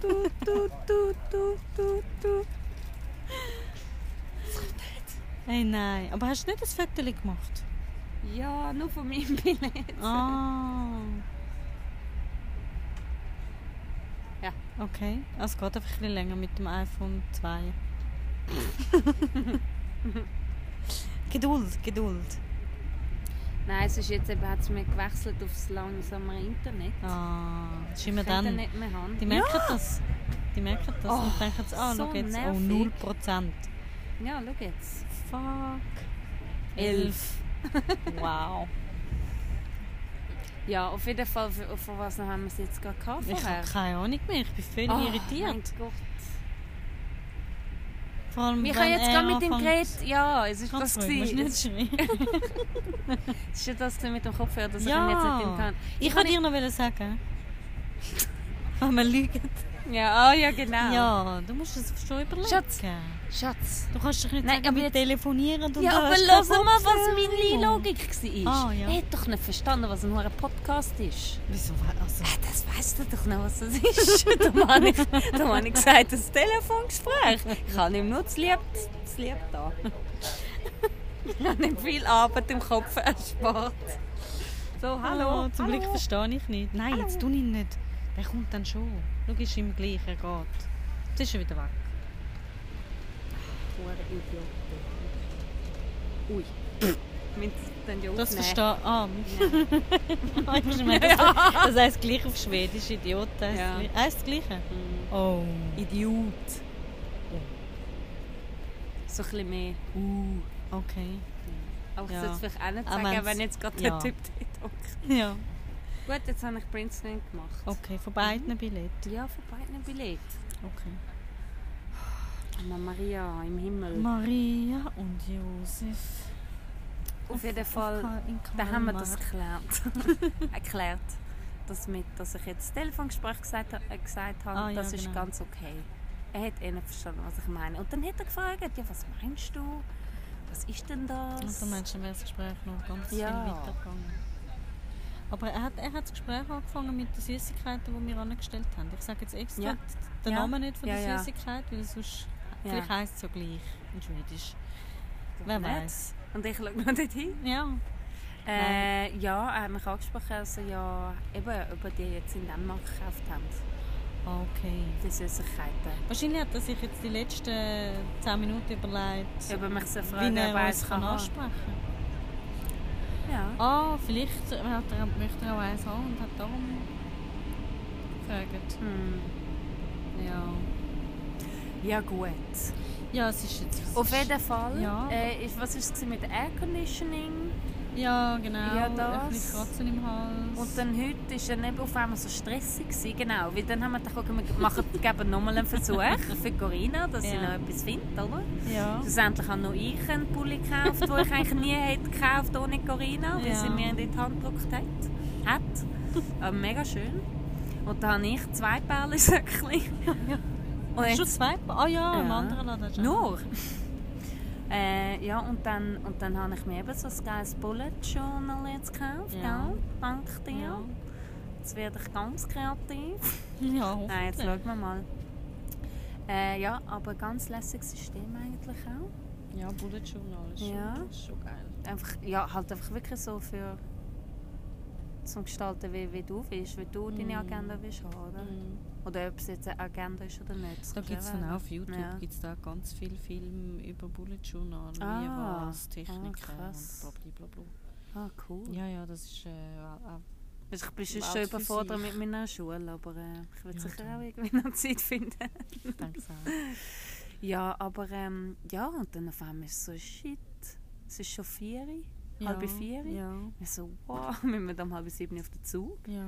A: Hey, nein. Aber hast du nicht ein Foto gemacht?
B: Ja, nur von meinem Billett.
A: Ah.
B: Ja.
A: Okay. Also es geht einfach ein bisschen länger mit dem iPhone
B: *laughs*
A: 2. Geduld, Geduld.
B: Nein, es ist jetzt eben, hat es mir gewechselt aufs langsamere Internet.
A: Ah, das ist immer
B: Ich kann
A: dann.
B: den nicht mehr haben.
A: Die merken das. Die merken das
B: Oh,
A: und denken, ah,
B: so
A: schau jetzt, oh,
B: nervig.
A: 0%.
B: Ja, schau jetzt.
A: Fuck.
B: *laughs* Elf.
A: Wow.
B: Ja, auf jeden Fall, für- von was haben wir es jetzt gerade gehabt
A: Ich
B: vorher?
A: habe keine Ahnung mehr, ich bin völlig
B: Oh,
A: irritiert.
B: mein Gott.
A: Vor allem,
B: Wir
A: wenn
B: haben jetzt
A: er
B: gerade mit dem
A: anfängt-
B: geredet. Ja, es ist
A: Ganz
B: das
A: ruhig, musst
B: gewesen.
A: nicht
B: Es
A: schreien.
B: ist ja das gewesen mit dem Kopfhörer, dass
A: Ja.
B: ich ihn jetzt nicht im kann.
A: Ich wollte dir noch wollen sagen, *laughs* wenn man lügt.
B: Ja, oh, ja, genau.
A: Ja, du musst es schon überlegen.
B: Schatz. Schatz.
A: Du kannst doch nicht
B: Nein,
A: sagen,
B: aber
A: wir
B: jetzt-
A: telefonieren und
B: Ja,
A: du
B: aber
A: hast
B: lass
A: keine
B: mal, was
A: Kopfhörer.
B: meine Logik war.
A: Ah, ja.
B: Er hat doch nicht verstanden, was ein hoher Podcast ist.
A: Wieso? war- Also,
B: Ah, Das weißt du doch noch, was *laughs* das ist. da habe ich, da habe ich gesagt, das Telefongespräch. Ich habe ihm nur das Lieb, das Lieb da. Ich habe ihm viel Arbeit im Kopf erspart. So, hallo.
A: hallo, Ah, zum
B: hallo.
A: Glück verstehe ich nicht. Nein, jetzt tu ihn nicht. Der kommt dann schon. Schau, ist ihm gleich, er geht. Jetzt ist er wieder weg.
B: Hure Idioten. Ui. Mit den Jungen.
A: Das verstehe ah, *laughs* ich. *laughs* muss mir das, das heisst gleich auf Schwedisch, Idiot. Heißt
B: Ja.
A: das Gleiche? Oh.
B: Idiot. So ein bisschen mehr. Uh.
A: Okay. *laughs*
B: Aber ich
A: Ja.
B: sollte es vielleicht auch nicht
A: Aber
B: sagen,
A: wenn's-
B: wenn jetzt gerade
A: Ja.
B: der Typ *laughs* da hockt.
A: Ja.
B: Gut, jetzt habe ich Prince nicht gemacht.
A: Okay, von
B: Mhm.
A: beiden Billett.
B: Ja, von beiden Billett.
A: Okay.
B: Mama Maria im Himmel.
A: Maria und Josef.
B: Auf jeden Fall,
A: In
B: da haben wir
A: Kalmar.
B: das geklärt.
A: *laughs*
B: erklärt. Das mit, dass ich jetzt das Telefongespräch gesagt, ha- äh, gesagt habe,
A: Ah, ja,
B: das ist
A: genau.
B: ganz okay. Er hat eh nicht verstanden, was ich meine. Und dann hat er gefragt, ja, was meinst du? Was ist denn das?
A: Also Menschen wäre das Gespräch noch ganz
B: Ja.
A: viel weitergegangen. Aber er hat, er hat das Gespräch angefangen mit den Süßigkeiten, die wir angestellt haben. Ich sage jetzt extra
B: Ja.
A: den
B: Ja.
A: Namen nicht von
B: Ja,
A: der
B: ja.
A: Süßigkeit, weil sonst
B: Ja.
A: vielleicht heisst es ja gleich in Schwedisch. Wer
B: Nicht?
A: weiß?
B: Und ich schaue noch dorthin.
A: Ja.
B: Äh, ja, er hat mich angesprochen, dass er ja eben über die jetzt in Dänemark gekauft haben.
A: Okay.
B: Die Süßigkeiten.
A: Wahrscheinlich hat er sich jetzt die letzten 10 Minuten überlegt,
B: Eben mich so fragen,
A: wie
B: ob er
A: er
B: eins
A: uns kann
B: haben.
A: ansprechen kann.
B: Ja.
A: Ah, vielleicht hat er, möchte er auch eins haben und hat darum gefragt.
B: Hm.
A: Ja.
B: ja, gut.
A: Ja, es ist jetzt... es
B: Auf
A: ist-
B: jeden Fall.
A: Ja.
B: Äh, ist, was war es gewesen mit Airconditioning?
A: Ja, genau.
B: Ja,
A: Ein
B: das.
A: bisschen Kratzen im Hals.
B: Und dann heute war dann eben auf einmal so stressig. Gewesen. Genau, weil dann haben wir gedacht, okay, wir machen, *laughs* geben nochmal einen Versuch für Corinna, dass sie
A: Ja.
B: noch etwas findet, oder?
A: Ja.
B: Schlussendlich habe noch ich einen Pulli gekauft, den ich eigentlich nie hätte gekauft ohne Corinna, weil
A: Ja.
B: sie mir in die Hand gedrückt hat. hat. Aber mega schön. Und dann habe ich zwei Perlensöckchen.
A: *laughs*
B: Und
A: Schon
B: jetzt
A: zwei? Ah ja, im
B: Ja.
A: anderen Laden. schon.
B: nur. *laughs* Äh, ja, und dann, und dann habe ich mir eben so ein geiles Bullet Journal jetzt gekauft,
A: Ja.
B: gell? Dank dir.
A: Ja.
B: Jetzt werde ich ganz kreativ.
A: Ja, hoffentlich.
B: *laughs* Nein, jetzt schauen wir mal. Äh, ja, aber ganz lässiges System eigentlich auch.
A: Ja, Bullet Journal ist,
B: Ja.
A: schon, ist schon geil.
B: einfach, ja, halt einfach wirklich so für zum Gestalten, wie, wie du willst, wie du
A: Mm.
B: deine Agenda willst haben, oder? Oder ob es jetzt eine Agenda ist oder nicht. das
A: Mhm. Da
B: kannst du
A: gibt es
B: auch
A: dann
B: wählen.
A: auch auf YouTube
B: Ja.
A: gibt's da ganz viele Filme über Bullet Journal, wie
B: Ah,
A: was, Techniken
B: ah, krass.
A: und bla bla bla.
B: Ah, cool.
A: bla. Ja, ja, das ist äh, auch...
B: Also ich bin schon
A: Welt für
B: überfordert
A: sich.
B: mit meiner Schule, aber äh, ich werde
A: Ja,
B: sicher
A: du.
B: auch irgendwie noch *laughs* Zeit finden.
A: Ich denke auch.
B: Ja, aber ähm, ja, und dann auf einmal ist so, shit, es ist schon vier, *laughs* halb vier.
A: Ja,
B: Ich so, wow, *laughs* müssen wir dann um halb sieben auf den Zug.
A: ja.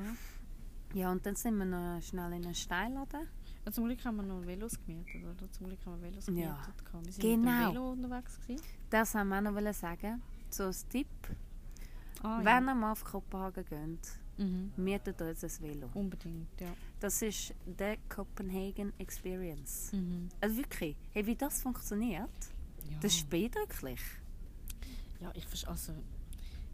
B: Ja, und dann sind wir noch schnell in einen Steilladen.
A: ja. Zum Glück haben wir noch Velos gemietet, oder? Zum Glück haben wir Velos
B: Ja.
A: gemietet. gehabt. Wir sind mit
B: Genau.
A: dem Velo unterwegs gewesen.
B: Das haben wir auch noch wollen sagen. So ein Tipp.
A: Ah, ja.
B: Wenn ihr mal auf Kopenhagen geht,
A: Mhm.
B: mietet euch ein Velo.
A: Unbedingt, ja.
B: Das ist die Copenhagen Experience.
A: Mhm.
B: Also wirklich, hey, wie das funktioniert,
A: ja.
B: das ist beeindrucklich.
A: Ja, ich verstehe. Also,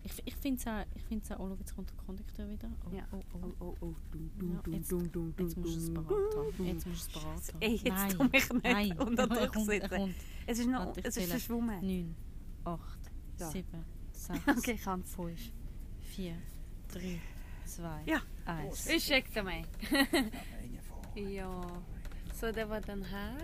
A: ich ich finde es auch, ich find's auch, oh, schau, jetzt kommt der Kondukteur wieder. Oh,
B: Ja.
A: oh, oh.
B: oh, oh. Dum,
A: Ja, jetzt- Jetzt musst du es parat haben. Jetzt musst du es parat haben.
B: Ey, jetzt
A: Nein.
B: tu mich nicht
A: Nein.
B: unter
A: Er
B: Druck
A: kommt, er
B: setzen.
A: kommt.
B: Es ist noch,
A: Warte, ich
B: es ist
A: zähle.
B: verschwommen.
A: 9, 8,
B: Ja.
A: 7, 6,
B: *laughs* Okay, ich kann's.
A: 5, 4, 3, 2,
B: Ja.
A: 1.
B: Ich schicke mich.
A: *laughs*
D: Ingevallen.
B: Ja. So, dat was dan haar.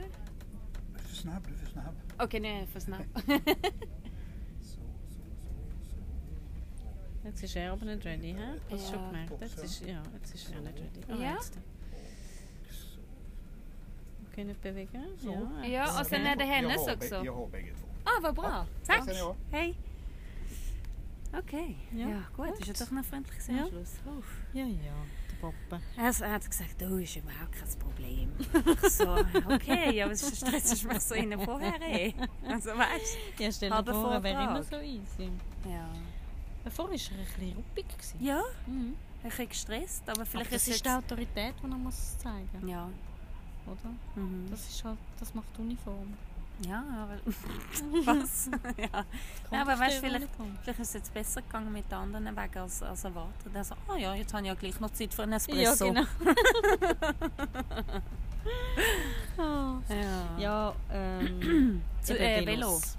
D: Versnap, du versnap.
B: Oké, nee, even *laughs* snel.
D: So, so, so,
A: Jetzt ist er aber nicht ready, hä? Hast du
B: Ja.
A: schon gemerkt? Jetzt ist, ja, jetzt ist er nicht ready. Ah,
B: Ja?
A: jetzt. Wir können bewegen.
D: So.
A: Ja.
B: Ja, als hij naar de
D: Jag
B: hennes
D: har
B: ook
D: bä-
B: zo.
D: Jag har bägge två.
B: Ah, wat bra. Tack.
D: Sen jag.
B: Hey. Oké.
A: Ja.
B: Ja, goed. Is het toch nog vriendelijk zijn?
A: Ja.
B: Schluss. Oef.
A: Ja, ja, der
B: *laughs*
A: Papa.
B: Also, er hat gesagt, du ist überhaupt kein *laughs* Problem. Ich so,
A: *laughs*
B: okay, aber es stresst mich so innen vorher eh. Also, weißt
A: Ja, stell
B: Hat
A: dir
B: er
A: vor, er wäre
B: Vortrag?
A: immer so easy.
B: du? Ja.
A: Vorher war er ein bisschen ruppig. gewesen.
B: Ja,
A: Mhm.
B: ein bisschen gestresst, aber vielleicht
A: Aber das
B: ist es
A: ist die Autorität, die man muss zeigen muss,
B: Ja.
A: oder?
B: Mhm.
A: Das, ist halt, das macht die Uniform.
B: Ja, aber.
A: *laughs*
B: Was? *laughs* ja. Ja, aber weißt du, vielleicht,
A: Uniform.
B: vielleicht ist es jetzt besser gegangen mit den anderen wegen als, als erwartet. Also, ah ja, jetzt habe ich ja gleich noch Zeit für einen
A: Ja,
B: Espresso.
A: genau.
B: nou.
A: Ah.
B: Ja, ja.
A: *laughs* Ja,
B: *clears throat*
A: ähm...
B: Zu-
A: eben
B: äh,
A: Velos.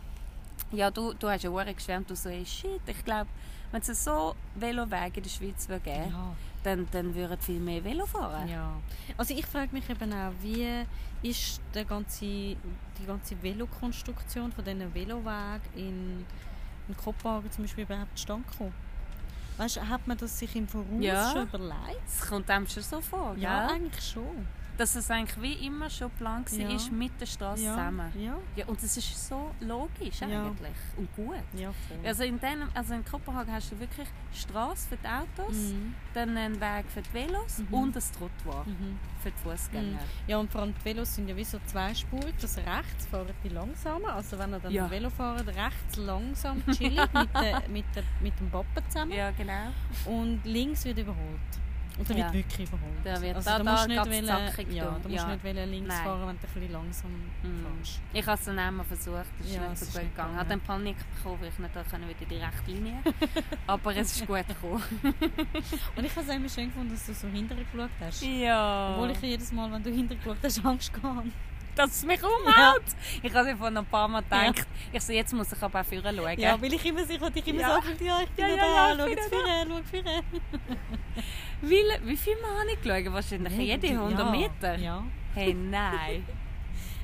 B: du, du hast ja auch geschwärmt, du so, hey, shit, ich glaube, wenn es so Velowege in der Schweiz würde geben
A: Ja,
B: dann, dann würden viel mehr Velo fahren.
A: ja. Also ich frage mich eben auch, wie ist der ganze, die ganze Velokonstruktion von diesen Veloweg in, in Kopenhagen zum Beispiel überhaupt zustande gekommen? Weißt du, hat man das sich im Voraus
B: Ja.
A: schon überlegt?
B: Es kommt einem schon so vor,
A: Ja,
B: gell?
A: eigentlich schon.
B: dass es eigentlich wie immer schon geplant war
A: Ja.
B: ist mit der Straße
A: ja.
B: zusammen.
A: Ja,
B: Ja, und es ist so logisch
A: Ja.
B: eigentlich und gut.
A: ja voll.
B: Also in, deinem, also in Kopenhagen hast du wirklich Straße für die Autos,
A: Mhm.
B: dann einen Weg für die Velos und ein Trottoir für die Fußgänger.
A: Ja, und vor allem die Velos sind ja wie so zweispurig. Das rechts fahren die langsamer. Also wenn ihr dann
B: Ja.
A: Velo fahrt, rechts langsam chillig mit, der, mit, der, mit dem Pappen zusammen.
B: Ja, genau.
A: Und links wird überholt. Und er
B: Ja.
A: wird wirklich überholt.
B: Der wird
A: also,
B: da-
A: da,
B: da
A: musst du
B: geht's
A: nicht
B: zackig
A: wollen, ja,
B: durch.
A: da musst
B: Ja.
A: nicht wollen links
B: Nein.
A: fahren, wenn du ein bisschen langsam
B: Mhm.
A: fährst.
B: Ich habe es dann einmal versucht, es ist
A: Ja,
B: nicht
A: es
B: so
A: ist
B: gut
A: nicht
B: gegangen. Ich
A: gegangen.
B: habe dann Panik bekommen, weil ich nicht auch können wieder in die
A: *laughs*
B: rechte Linie Aber es ist gut gekommen.
A: Und ich habe es immer schön gefunden, dass du so hinterher geschaut hast.
B: Ja.
A: Obwohl ich jedes Mal, wenn du hinterher geschaut hast, Angst gehabt habe.
B: dass es mich umhaut. Ich habe es vor ein paar Mal gedacht. Ich so, jetzt muss ich aber auch vorher schauen.
A: Ja, weil ich immer sicher, ich immer
B: Ja.
A: sagen, ja, ich bin
B: Ja,
A: ja,
B: ja,
A: da,
B: ja, ich
A: schau
B: bin
A: jetzt
B: ja
A: vorher, schau vorher.
B: Weil, wie viel Mal habe ich geschaut? Wahrscheinlich jede 100
A: ja.
B: Meter.
A: Ja, *laughs*
B: Hey, nein.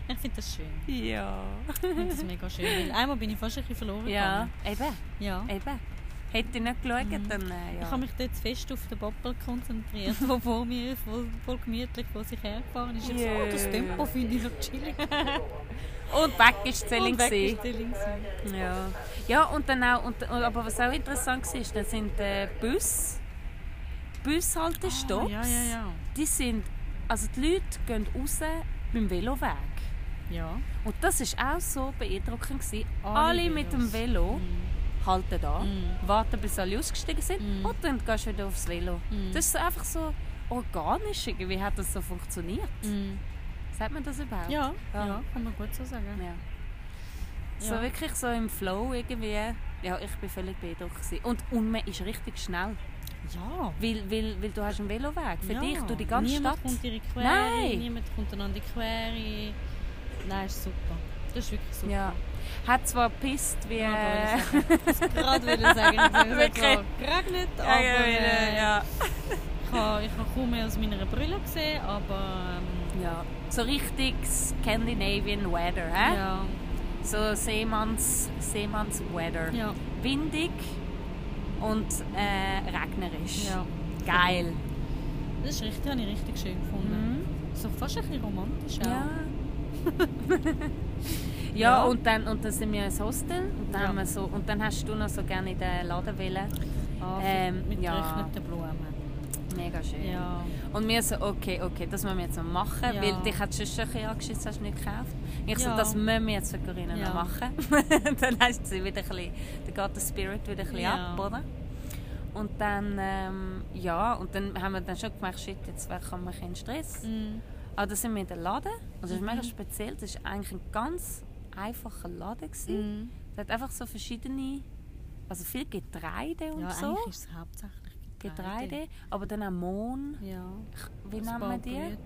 A: ich finde das schön.
B: Ja.
A: Ich finde das mega schön. Weil einmal bin ich fast ein bisschen verloren
B: Ja,
A: gegangen.
B: eben,
A: Ja.
B: eben. Hätte ich nicht geschaut, dann äh,
A: Mhm. Ich
B: ja.
A: habe mich dort zu fest auf den Boppel konzentriert, *laughs* der vor mir voll, voll gemütlich vor sich hergefahren ist. Ich so, oh, das
B: Yeah.
A: Tempo finde ich noch chillig.
B: Und weg ist die Selling.
A: Und weg
B: gewesen.
A: ist die Links.
B: Ja. ja, und dann auch, und, und- aber was auch interessant war, dann sind äh, Bus, Bushaltestops,
A: Ah, Ja, ja, ja.
B: die sind, also die Leute gehen raus mit dem Veloweg.
A: Ja.
B: Und das war auch so beeindruckend. Gewesen.
A: Alle Mhm.
B: Alle mit dem
A: Velos.
B: Velo halten an,
A: Mm.
B: warten bis alle ausgestiegen sind
A: Mm.
B: und dann gehst du wieder aufs Velo.
A: Mm.
B: Das ist so einfach so organisch, irgendwie hat das so funktioniert.
A: Mm.
B: Sagt man das überhaupt?
A: Ja,
B: Ja.
A: ja, kann man gut so sagen.
B: Ja. So
A: Ja.
B: wirklich so im Flow irgendwie. Ja, ich bin völlig beeindruckt. Gewesen. Und, und man ist richtig schnell.
A: Ja.
B: Weil, weil, weil du hast einen Veloweg für
A: ja.
B: dich durch die ganze
A: niemand
B: Stadt.
A: Kommt dir in die Quere,
B: Nein.
A: Niemand kommt einander in die Quere. Nein, ist super. Das ist wirklich super.
B: Ja. Hat zwar gepisst wie...
A: Ja,
B: Ja, *laughs*
A: Gerade will ich sagen, ich
B: Wirklich.
A: habe geregnet, aber
B: ja, ja,
A: äh,
B: ja.
A: ich habe ich hab kaum mehr aus meiner Brille gesehen, aber ähm,
B: ja. So richtig Scandinavian Weather, hä?
A: ja,
B: So Seemanns, Seemanns Weather.
A: ja,
B: Windig und äh, regnerisch.
A: ja.
B: Geil.
A: Das ist richtig, habe ich richtig schön gefunden. So fast ein bisschen romantisch auch.
B: Mhm. *laughs* Ja. ja,
A: Ja.
B: Und, dann, und dann sind wir ins Hostel und dann,
A: Ja.
B: haben wir so, und dann hast du noch so gerne in den Laden wollen.
A: Ah,
B: Ähm,
A: mit
B: ja.
A: getrockneten Blumen.
B: Mega schön.
A: Ja.
B: Und wir so, okay, okay, das müssen wir jetzt noch machen,
A: Ja.
B: weil dich hat schon ein bisschen angeschissen, hast du nicht gekauft. Ich so,
A: Ja.
B: das müssen wir jetzt für Corinna
A: Ja.
B: noch machen. *laughs* dann hast sie wieder ein bisschen, dann geht der Spirit wieder ein bisschen
A: Ja.
B: ab, oder? Und dann, ähm, ja, und dann haben wir dann schon gemerkt, shit, jetzt kommen wir in Stress.
A: Mm.
B: Ah, da sind wir in den Laden. Und das ist
A: Mhm.
B: mega speziell. Das war eigentlich ein ganz einfacher Laden. Mhm.
A: Mm.
B: Es hat einfach so verschiedene, also viel Getreide und
A: Ja,
B: so.
A: eigentlich ist es hauptsächlich Getreide.
B: Getreide, aber dann auch Mohn.
A: Ja. Also
B: Wie
A: Ein
B: nennt
A: paar
B: man die?
A: Blüten.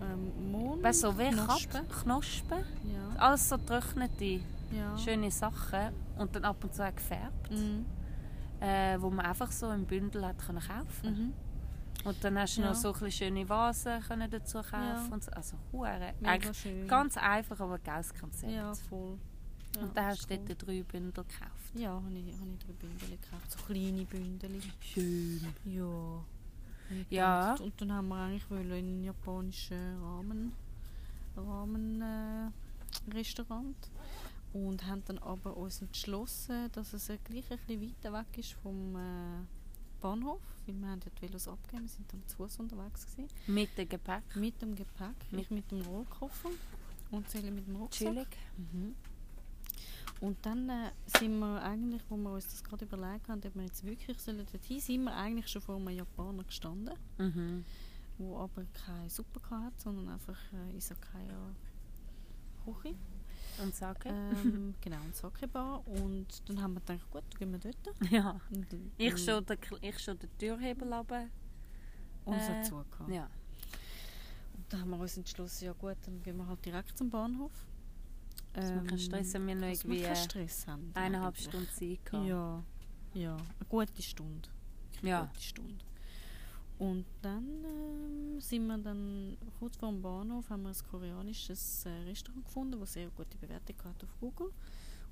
A: Ähm, Mohn.
B: Weißt du, so wie Ah,
A: Knospen.
B: Knospen. Knospen.
A: Ja.
B: Alles so getrocknete,
A: ja.
B: schöne Sachen. Und dann ab und zu auch gefärbt.
A: Mm.
B: Äh, wo man einfach so im Bündel hat können kaufen
A: Mhm.
B: Und dann hast du
A: Ja.
B: noch so ein bisschen schöne Vasen können dazu kaufen.
A: Ja.
B: Und so. Also, hure.
A: Mega
B: Eigentlich
A: schön.
B: ganz einfach, aber geiles Konzept.
A: Ja, voll. Ja,
B: Und dann hast
A: ist
B: du
A: cool.
B: dort drei Bündel gekauft.
A: Ja, habe ich, hab ich drei Bündel gekauft. So kleine Bündel.
B: Schön.
A: Ja.
B: Ja.
A: Und, und dann haben wir eigentlich wollen in einen japanischen Ramen, Ramen äh, Restaurant und haben dann aber uns entschlossen, dass es äh, gleich ein bisschen weiter weg ist vom äh, Bahnhof, weil wir haben ja die Velos abgegeben, wir sind dann zu Fuß unterwegs gewesen,
B: Mit dem Gepäck.
A: mit dem Gepäck, ich mit dem Rollkoffer und Seli mit dem Rucksack.
B: Chillig. Mhm.
A: Und dann äh, sind wir eigentlich, wo wir uns das gerade überlegt haben, ob wir jetzt wirklich sollen dorthin, sind wir eigentlich schon vor einem Japaner gestanden,
B: Mhm.
A: wo aber keine Suppe hatte, sondern einfach äh, Isakaya Küche.
B: Und sagen?
A: *laughs*
B: *laughs*
A: Ähm, genau, und Sake-Bar. Und dann haben wir gedacht, gut, dann gehen wir dort.
B: Ja.
A: Und, dann-
B: Ich schon den, ich schon den Türhebel runter.
A: Und es
B: äh,
A: hat zugehauen.
B: Ja.
A: Und dann haben wir uns entschlossen, ja gut, dann gehen wir halt direkt zum Bahnhof.
B: Dass wir keinen
A: Ähm,
B: Stress haben, wir noch
A: dass wir
B: irgendwie
A: keinen Stress haben.
B: eineinhalb
A: eigentlich.
B: Stunden Zeit gehabt.
A: Ja, ja, eine gute Stunde.
B: Ja.
A: gute Stunde. Und dann ähm, sind wir dann kurz vor dem Bahnhof haben wir ein koreanisches äh, Restaurant gefunden, das sehr gute Bewertung hat auf Google.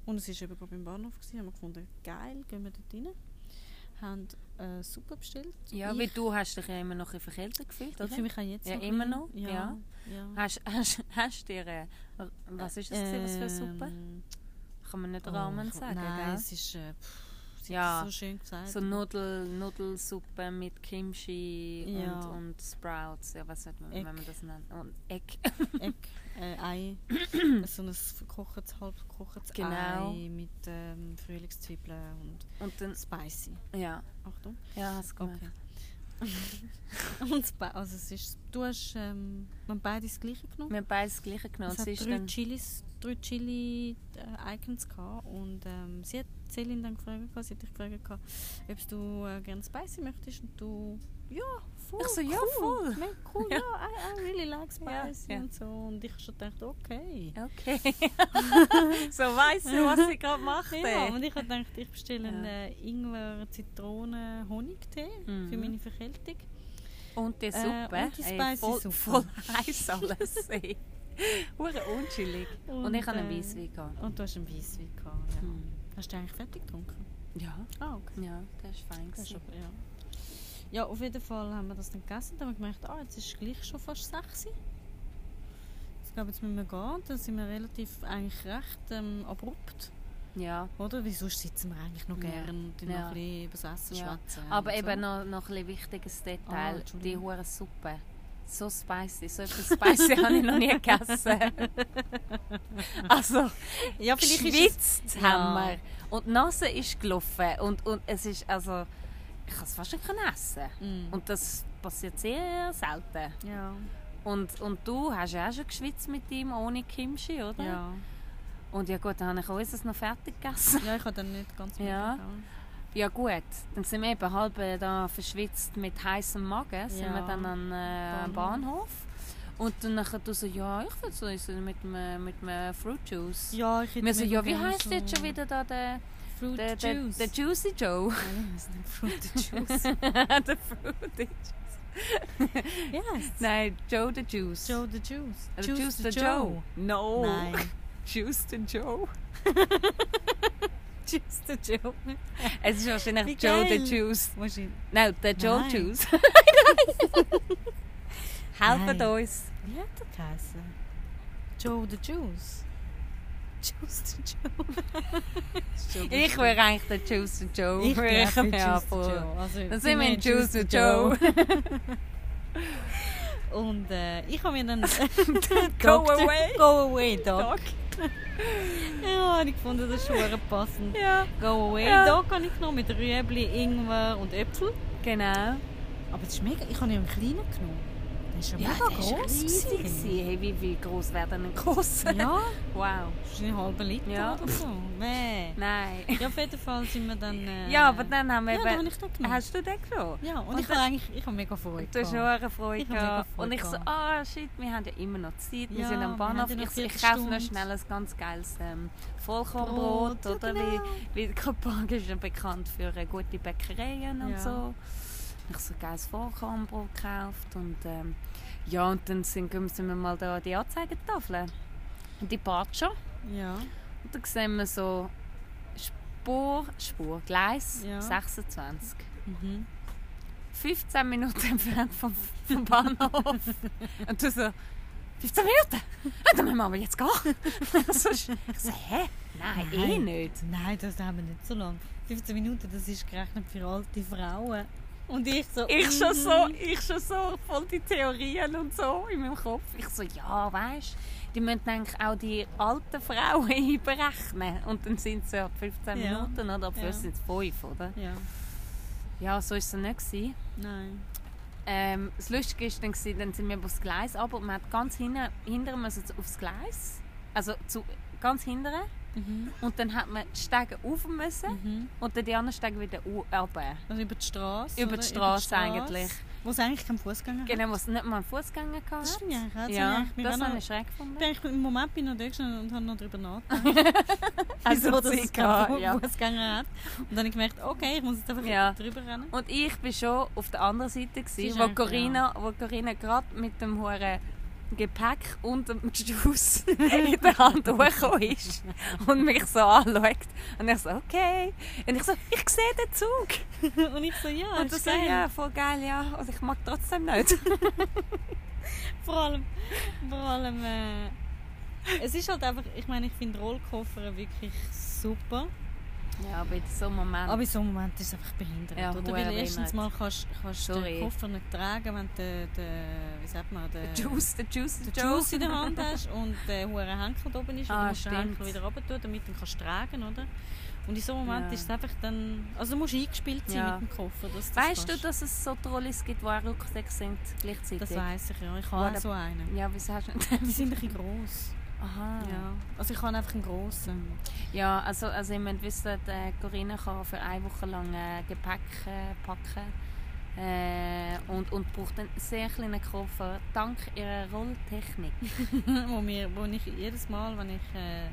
A: Und es war eben gerade beim Bahnhof, gewesen, haben wir gefunden, geil, gehen wir dort rein. Haben äh, Suppe bestellt.
B: Ja,
A: ich,
B: weil du hast dich ja immer noch ein bisschen verkältet gefühlt,
A: ich
B: oder?
A: fühle mich auch jetzt
B: Ja,
A: noch
B: immer
A: ein-
B: noch, ja.
A: ja.
B: Hast, hast, hast dir... äh, Was ist das gewesen, was für eine Suppe?
A: Ähm,
B: Kann man nicht
A: oh,
B: Rahmen
A: ich-
B: sagen,
A: Nein,
B: gell?
A: es ist äh, pff, sie
B: Ja.
A: hat es so schön gesagt.
B: So Nudel, Nudelsuppe mit Kimchi
A: Ja.
B: und, und Sprouts. Ja, was hat man, wenn
A: Egg.
B: man das nennt? Und Egg.
A: Egg, äh, Ei, so ein verkochtes, halb verkochtes
B: Genau. Mm.
A: Ei mit ähm, Frühlingszwiebeln und
B: Und dann,
A: spicy.
B: ja.
A: Achtung.
B: Ja, hast du gemerkt.
A: Okay. *laughs* und spi- also es ist, du hast, ähm, wir haben beide das gleiche genommen.
B: Wir haben beides das gleiche genommen.
A: es
B: Sie
A: hat
B: genau, ist
A: drei
B: dann,
A: Chilis, drei Chili äh, Icons gehabt und ähm, sie hat Celine dann gefragt, gehabt, sie hat dich gefragt, gehabt, ob du äh, gerne spicy möchtest und du ja, voll,
B: Ich so, ja,
A: cool.
B: voll.
A: Mega cool, ja, I, I really like
B: Ja,
A: spicy
B: ja.
A: und so. Und ich habe schon gedacht, okay. *laughs*
B: Okay. so weißt du, was ich gerade mache?
A: Ja, und ich habe gedacht, ich bestelle
B: Ja.
A: einen äh, Ingwer-Zitronen-Honigtee
B: Mhm.
A: für meine Verkältung.
B: Und die Suppe.
A: Äh, und die
B: ey,
A: spicy
B: voll,
A: Suppe.
B: voll heiß alles. ey. Hure unchillig. Und, ich habe einen
A: äh,
B: Weisswein gehabt.
A: Und du hast einen Weisswein gehabt, ja.
B: Hm.
A: Hast du eigentlich fertig getrunken?
B: Ja.
A: Ah, okay.
B: Ja, das ist fein.
A: Das ist
B: gewesen.
A: aber, ja. ja, auf jeden Fall haben wir das dann gegessen und haben gemerkt, ah, jetzt ist es gleich schon fast 6 Uhr. Ich glaube, jetzt müssen wir gehen. Und Dann sind wir relativ, eigentlich recht ähm, abrupt.
B: Ja.
A: Oder? Weil sonst sitzen wir eigentlich noch
B: Ja.
A: gern und dann
B: Ja.
A: noch ein bisschen über das Essen
B: Ja.
A: schwätzen.
B: Aber
A: und
B: eben
A: so.
B: noch, noch ein bisschen wichtiges
A: Ah,
B: Detail, die
A: Entschuldigung.
B: hure Suppe. So spicy, so etwas spicy *laughs* habe ich noch nie gegessen.
A: *laughs*
B: also,
A: Ja, vielleicht ist es...
B: geschwitzt
A: Ja.
B: haben wir. Und die Nase ist gelaufen. Und, und es ist, also, ich kann es fast nicht essen.
A: Mm.
B: Und das passiert sehr selten.
A: Ja.
B: Und, und du hast ja auch schon geschwitzt mit ihm ohne Kimchi, oder?
A: Ja.
B: Und ja gut, dann habe ich auch unseres noch fertig gegessen. *laughs*
A: ja, ich habe dann nicht ganz
B: Ja.
A: mitbekommen.
B: Ja gut, dann sind wir eben halb äh, da verschwitzt mit heißem Magen, sind
A: Ja.
B: wir dann an, äh, am Bahnhof. Und dann nachher du so, ja, ich will so essen mit einem mit einem Fruit Juice.
A: Ja, ich hätte
B: wir so,
A: mega
B: ja, wie
A: gerne
B: heißt
A: so
B: jetzt schon wieder da der,
A: Fruit
B: der, der,
A: Juice.
B: der Juicy *laughs* Joe?
A: Nein, das ist nicht
B: *laughs*
A: Fruit Juice.
B: der Fruit Juice.
A: yes.
B: Nein, Joe the Juice.
A: Joe the Juice.
B: Oder Juice the Joe. Oh. No. *laughs*
A: Nein.
B: Juice the Joe. Juice the Joe. Es ist wahrscheinlich
A: Wie
B: Joe the
A: geil.
B: Juice.
A: Wahrscheinlich.
B: Nein, der Joe
A: Nein.
B: *laughs* Juice. Helfen
A: Nein.
B: uns.
A: Wie hat er geheißen? Joe the Juice. Juice the
B: *laughs*
A: Joe.
B: Ich wäre eigentlich der Juice the Joe.
A: ich
B: Wäre
A: bin
B: mir
A: Juice the
B: voll.
A: Joe. Also,
B: Dann sind wir in Juice the Joe. *laughs*
A: Und äh, ich habe mir *laughs* dann...
B: *laughs* Go
A: Dr.
B: away.
A: Go away, Doc. *laughs* Ja, und ich fand das schon sehr passend.
B: Ja,
A: Go away,
B: Ja.
A: Doc habe ich genommen mit Rüebli, Ingwer und Äpfel.
B: genau.
A: Aber das ist mega... Ich habe ihn im Kleinen genommen. Der ist ja, mega gross gewesen.
B: Hey, wie, wie groß wäre denn ein groß?
A: Ja,
B: *laughs* Wow.
A: wahrscheinlich einen halben Liter
B: Ja.
A: oder so.
B: *laughs*
A: Weh.
B: Nein.
A: Ja, auf jeden Fall sind wir dann... Äh,
B: Ja, nou? aber dann haben wir
A: Ja, dann habe
B: eben...
A: ich den genommen.
B: Hast du den genommen?
A: Ja, und,
B: Und
A: ich
B: das-
A: habe eigentlich ich habe mega Freude
B: Du hast
A: gehabt.
B: eine Freude
A: Ich habe mega
B: gehabt.
A: Freude
B: Und ich so,
A: gehabt.
B: ah shit, wir haben ja immer noch Zeit, wir
A: Ja,
B: sind am
A: wir haben ja
B: Bahnhof.
A: noch
B: Ich, ich kaufe
A: Viertelstunde.
B: noch schnell ein ganz geiles ähm, Vollkornbrot,
A: Brot, ja,
B: oder
A: genau.
B: wie, wie Kopenhagen ist ja bekannt für äh, gute Bäckereien
A: Ja.
B: und so. Ich so ein geiles Vollkornbrot gekauft und ähm, ja, und dann sind, sind wir mal da an die Anzeigetafel. Und die Part schon.
A: Ja,
B: Und dann sehen wir so Spur, Spur, Gleis
A: Ja.
B: 26.
A: mhm.
B: 15 Minuten entfernt vom, vom Bahnhof. Und du so, 15 Minuten? Ah, Dann müssen wir aber jetzt gehen. *laughs* so, ich so, hä? Nein, eh
A: Nein.
B: nicht.
A: Nein, das haben wir nicht so lange. 15 Minuten, das ist gerechnet für alte Frauen. Und ich so...
B: Ich schon so,
A: mhm.
B: ich schon so voll die Theorien und so in meinem Kopf. Ich so, ja, weißt die müssen eigentlich auch die alten Frauen *laughs* einberechnen. Und dann sind sie ab 15
A: Ja.
B: Minuten, oder? Ab
A: Ja.
B: 15 sind es 5, oder?
A: Ja,
B: Ja, so war es dann nicht. Gewesen.
A: nein.
B: Ähm, das Lustige war dann, gewesen, dann sind wir aufs Gleis runter und man hat ganz hinten, hinten müssen zu- aufs Gleis, also zu, ganz hinten.
A: Mhm.
B: Und dann hat man die Stege rauf müssen
A: Mhm.
B: und dann die anderen Stege wieder u- runter.
A: Also über die Straße?
B: Über die
A: oder?
B: Straße
A: Straße,
B: eigentlich.
A: Wo es eigentlich keinen Fußgänger
B: Genau, wo es nicht mal einen Fußgänger
A: hat. Das
B: hatte.
A: stimmt ja. Das
B: Ja,
A: habe ich,
B: das habe
A: habe
B: ich schräg gefunden.
A: ich Im Moment bin ich noch da gestanden und habe noch darüber nachgedacht,
B: *laughs* Also
A: wieso dass es
B: circa,
A: keinen
B: ja.
A: Fußgänger hat. Und dann habe ich gemerkt, okay, ich muss jetzt einfach
B: Ja.
A: drüber rennen. *laughs*
B: Und ich war schon auf der anderen Seite,
A: ist
B: gewesen, wo,
A: eigentlich,
B: Corinna, wo Corinna gerade mit dem hohen Gepäck und dem
A: *laughs*
B: *laughs* Juice in der Hand hochgekommen ist und mich so anschaut. Und ich so, okay. Und ich so, ich sehe den Zug.
A: Und ich so, ja,
B: Und
A: Ah, das ist
B: so,
A: geil.
B: ja, voll geil, ja. Und ich mag
A: *laughs*
B: trotzdem nicht. *laughs*
A: Vor allem, vor allem äh, es ist halt einfach, ich meine, ich finde Rollkoffer wirklich super.
B: Ja, aber in so einem Moment.
A: Aber in so einem Moment äh, ist es einfach behindert.
B: Ja,
A: oder?
B: huere
A: Weil erstens
B: behindert.
A: mal kannst kannst du
B: Sorry.
A: den Koffer nicht tragen, wenn du den, wie sagt man, den
B: Juice, der Juice,
A: den
B: der
A: Juice in der
B: *laughs*
A: Hand hast und der hohe Henkel da oben ist und
B: Ah,
A: du musst den
B: stimmt.
A: Henkel wieder runter tun, damit du ihn kannst tragen oder? Und in so einem Moment
B: Ja.
A: ist es einfach dann, also du musst eingespielt sein
B: Ja.
A: mit dem Koffer. Dass du das
B: Weißt du,
A: kannst.
B: dass es so Trolleys gibt, die auch Rucksäcke sind gleichzeitig?
A: das weiss ich ja, ich
B: What
A: habe
B: a-
A: auch so einen.
B: Ja, wieso hast du nicht?
A: Die sind ein bisschen gross.
B: *laughs* Aha.
A: Ja. Also ich habe einfach einen grossen.
B: Ja, also, also ihr müsst wissen, die, äh, Corinna kann für eine Woche lang äh, Gepäck äh, packen Eh, und, und braucht einen sehr kleinen Koffer, dank ihrer Rolltechnik.
A: *laughs* wo, mir, wo ich jedes Mal, wenn ich
B: *laughs*
A: äh,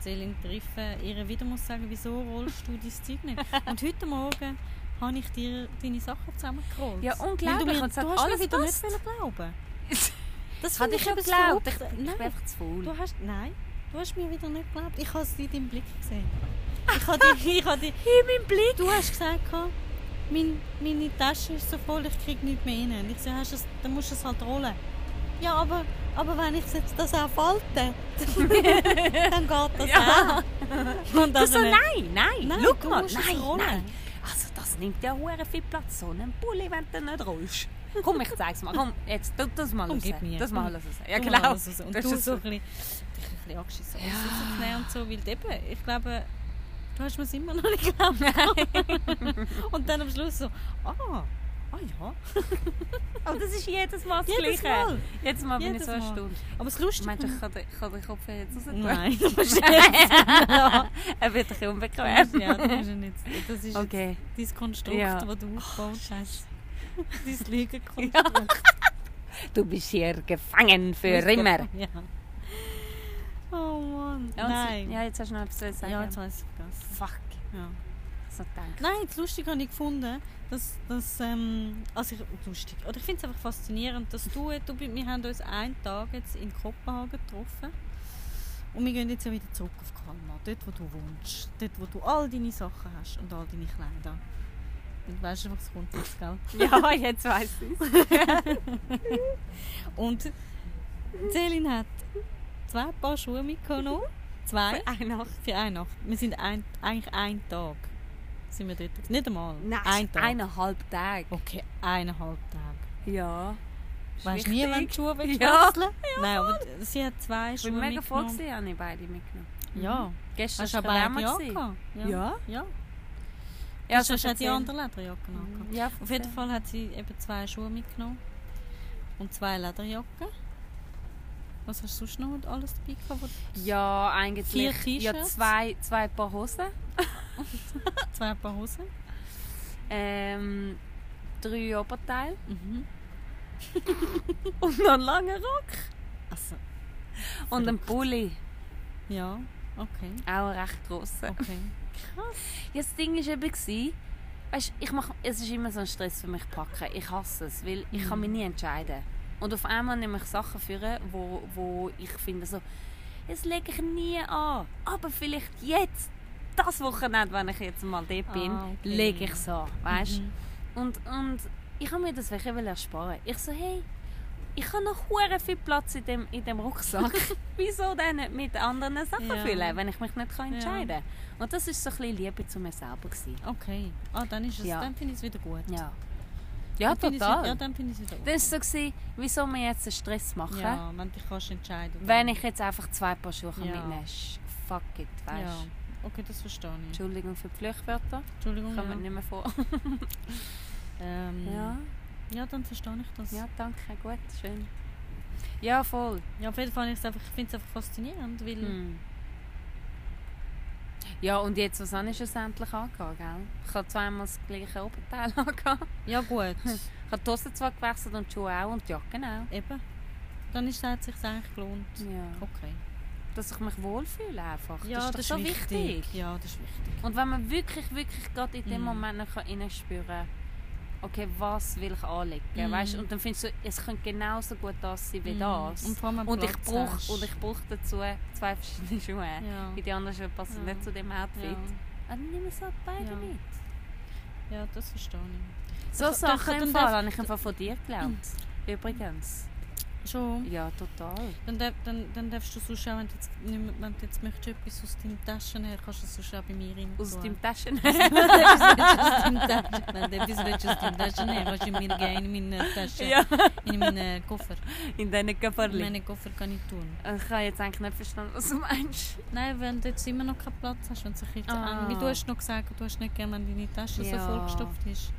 A: Celine treffe, ihr wieder muss sagen, wieso rollst du dein Zeug
B: *laughs*
A: nicht? Und heute Morgen habe ich dir deine Sachen zusammengerollt.
B: Ja, unglaublich.
A: Weil Du, mir,
B: Und es hat
A: du hast mir
B: alles
A: wieder
B: gepasst.
A: nicht wollen
B: *laughs*
A: glauben Das
B: Hat
A: finde
B: ich schon
A: etwas
B: geglaubt. Ich,
A: Verrücktes.
B: ich bin
A: Nein.
B: einfach zu faul.
A: Du hast, nein, du hast mir wieder nicht geglaubt. Ich habe es in deinem Blick
B: *laughs*
A: gesehen. Ich habe dich, ich habe dich, in meinem Blick. Du hast gesagt, «Ka, mein, meine Tasche ist so voll, ich kriege nichts mehr rein. Und ich so, hast du es, dann musst du es halt rollen. Ja, aber, aber wenn ich jetzt das auch falte, *laughs* dann geht das
B: Ja.
A: auch. Und
B: Du so,
A: dann-
B: Also nein, nein,
A: Also Nein,
B: schau
A: du
B: mal,
A: musst es
B: nein,
A: rollen.
B: nein. Also das nimmt ja hure viel Platz, so einen Pulli, wenn du nicht rollst. Komm, ich zeig's mal. Komm, jetzt, tu das mal
A: Komm,
B: raus.
A: gib mir.
B: Das mal raus. Ja,
A: Du
B: genau.
A: machst es raus. Und
B: Das
A: du
B: ist
A: so ein bisschen, dich ein bisschen angeschissen, alles rauszunehmen und so, weil eben, ich glaube, du hast mir es immer noch nicht geglaubt. *laughs* und dann am Schluss so, ah, ah ja,
B: Aber das ist jedes Mal das
A: jedes
B: Gleiche.
A: Mal.
B: Jetzt mal bin ich
A: Jedes
B: so eine
A: Mal.
B: Stunde.
A: Aber das Lustige...
B: Meinst du, ich kann den, ich kann den Kopf jetzt raus tun?
A: Nein, du musst jetzt...
B: Er wird ein bisschen unbequem.
A: ja, du
B: *laughs*
A: musst ihn jetzt... Das ist
B: Okay.
A: jetzt dein Konstrukt,
B: Ja.
A: das du aufgebaut *laughs* hast. Dein Lügenkonstrukt.
B: Du bist hier gefangen für immer.
A: Ja. Oh Mann,
B: Ja, und-
A: nein.
B: Ja, nou jetzt hast du noch etwas zu sagen.
A: Ja, jetzt weiß ich das.
B: Fuck.
A: Ja.
B: So
A: *laughs*
B: gedacht.
A: Nein, das Lustige habe ich gefunden, dass, dass ähm, also ich, lustig, oder ich finde es einfach faszinierend, dass du, du, bi- wir haben uns einen Tag jetzt in Kopenhagen getroffen und wir gehen jetzt ja wieder zurück auf Kalmar, dort wo du wohnst, dort wo du all deine Sachen hast und all deine Kleider. Und weißt du, was kommt jetzt, gell?
B: Ja, jetzt weiß ich
A: Und Celine hat zwei Paar Schuhe mitgenommen, zwei,
B: Eine Nacht.
A: für eine Nacht. Wir sind ein, eigentlich einen Tag, sind wir dort, nicht einmal, ein Tag.
B: Eineinhalb Tage.
A: Okay, eineinhalb Tage.
B: Ja.
A: Weißt du nie, wenn die Schuhe wechseln?
B: Ja.
A: Nein, aber d- sie hat zwei
B: Ich
A: Schuhe
B: bin mega froh,
A: mitgenommen.
B: gewesen, habe ich beide mitgenommen.
A: Ja.
B: Gestern
A: Hast du
B: war
A: aber eine
B: es
A: Jacke?
B: wärmer.
A: gehabt?
B: Ja.
A: Ja.
B: Ja,
A: Sonst hast du auch die
B: erzähl.
A: andere Lederjacke angehabt.
B: Ja, eh,
A: Auf jeden Fall hat sie eben zwei Schuhe mitgenommen. Und zwei Lederjacken. Was hast du sonst noch alles dabei gehabt? wo-
B: Ja, eigentlich.
A: Vier
B: Ja,
A: T-Shirts?
B: zwei, zwei Paar Hosen.
A: Zwei Paar Hosen.
B: Ähm, drei Oberteile. *laughs*
A: Mhm.
B: Und noch einen langen Rock.
A: Also,
B: Und einen Pulli.
A: ja. Okay.
B: Auch einen recht grossen.
A: Okay.
B: Ja, das Ding war eben, gewesen, weißt, ich mach, es ist immer so ein Stress für mich packen. Ich hasse es, weil ich
A: Mhm.
B: kann mich nie entscheiden. Und auf einmal nehme ich Sachen führen, wo, wo ich finde so, das lege ich nie an. Aber vielleicht jetzt, das Wochenende, wenn ich jetzt mal dort bin,
A: Ah, okay. Mhm.
B: lege ich es an, weißt? Und, und ich habe mir das wirklich ersparen. Ich so, hey, ich habe noch hure viel Platz in dem, in
A: *laughs*
B: dem Rucksack. *laughs* Wieso denn nicht mit anderen Sachen
A: Ja.
B: füllen, wenn ich mich nicht kann entscheiden kann? Und das war so ein bisschen Liebe zu mir selber. Gewesen.
A: Okay. Ah, dann ist es,
B: Ja.
A: dann finde ich es wieder gut.
B: Ja. Ja,
A: Dann finde ich es-
B: total.
A: Ja, dann finde ich es wieder gut.
B: Dann war es so, gewesen, wieso wir jetzt einen Stress machen,
A: Ja, wenn du dich kannst entscheiden.
B: wenn ich jetzt einfach zwei Paar Schuhe
A: Ja.
B: mitnehmen kann. Fuck it, weißt
A: Ja. Okay, das verstehe ich.
B: Entschuldigung für die Fluchwörter,
A: Entschuldigung.
B: kommen
A: ja.
B: nicht mehr vor.
A: Ähm,
B: Ja,
A: ja. dann verstehe ich das. Ja,
B: ja, danke, gut, schön. Ja, voll.
A: auf jeden Fall ist es einfach, ich finde es einfach faszinierend, weil
B: Hm. Ja, und jetzt, was habe ich schlussendlich angehabt, gell? Ich habe zweimal das gleiche Oberteil *laughs* angehabt.
A: ja
B: *laughs*
A: gut,
B: Ich habe die Hosen zwar gewechselt und die Schuhe auch und die Jacke auch.
A: eben, dann ist es sich eigentlich gelohnt.
B: Ja.
A: Okay.
B: Dass ich mich wohlfühle einfach.
A: Ja,
B: das ist doch so wichtig.
A: Ja, das ist wichtig.
B: Und wenn man wirklich, wirklich gerade in dem
A: Mhm.
B: Moment noch reinspüren kann, okay, was will ich anlegen,
A: Mhm.
B: weißt? Und dann findest du, es könnte genauso gut das sein wie das.
A: Mm. Und vor allem, wenn
B: Und ich
A: Platz hast.
B: brauche und ich brauche dazu zwei verschiedene *laughs* Schuhe.
A: Ja.
B: Weil die anderen Schuhe passen
A: Ja.
B: nicht zu dem Outfit.
A: Ja.
B: Ah, dann nimm es halt beide
A: Ja.
B: mit.
A: ja, das verstehe
B: So
A: Doch, Also, doch,
B: Sachen
A: dann
B: im
A: darf-
B: Fall habe ich im Fall von dir
A: *clears throat*
B: gelernt. Übrigens.
A: ich. Schon.
B: Ja, total.
A: Dann, darf, dann, dann darfst du sonst auch, wenn du jetzt, nicht mehr, wenn du jetzt möchtest, etwas aus deinen Taschen her, kannst du es sonst auch bei mir rein
B: Aus
A: tun. *laughs*
B: *laughs* deinem Taschen.
A: Wenn du etwas willst aus deinen Taschen her, kannst du in mir gerne in meine Tasche,
B: Ja.
A: in meinen Koffer.
B: In deinen
A: In
B: Kofferli.
A: meinen Koffer kann ich tun.
B: Ich habe jetzt eigentlich nicht verstanden, was du meinst.
A: Nein, wenn du jetzt immer noch keinen Platz hast, wenn es ein bisschen zu
B: Ah.
A: eng ist. Du hast noch gesagt, du hast nicht gerne, wenn deine Tasche
B: Ja.
A: so vollgestopft ist.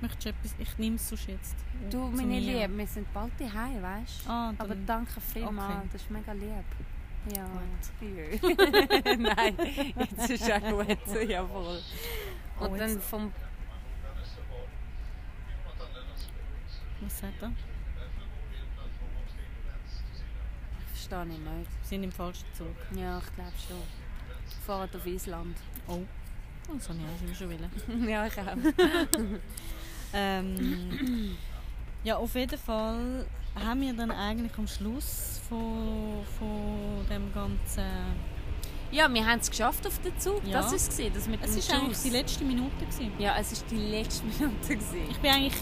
A: Möchtest du etwas? Ich nehme es sonst jetzt.
B: Du,
A: Zu
B: meine
A: mir.
B: Liebe, wir sind bald daheim, weißt du?
A: Ah,
B: Aber
A: dann-
B: danke vielmals,
A: Okay.
B: das ist mega lieb. Ja. Ja. *laughs* Nein, jetzt ist auch gut, jawohl.
A: Oh,
B: Und dann
A: jetzt-
B: vom
A: Was sagt er?
B: Verstehe ich nicht.
A: Wir sind im falschen Zug.
B: Ja, ich glaube schon. Fahren auf Island. *laughs*
A: Oh. Das habe ich auch schon wollen.
B: ja, ich auch.
A: Ähm, *clears throat* ja, auf jeden Fall haben wir dann eigentlich am Schluss von, von dem ganzen...
B: Ja, wir haben es geschafft auf den Zug.
A: Ja.
B: Das war es. gewesen, Das mit
A: Es
B: dem
A: war eigentlich
B: Schuss.
A: die letzte Minute. Gewesen.
B: Ja, es war die letzte Minute. Gewesen.
A: Ich bin eigentlich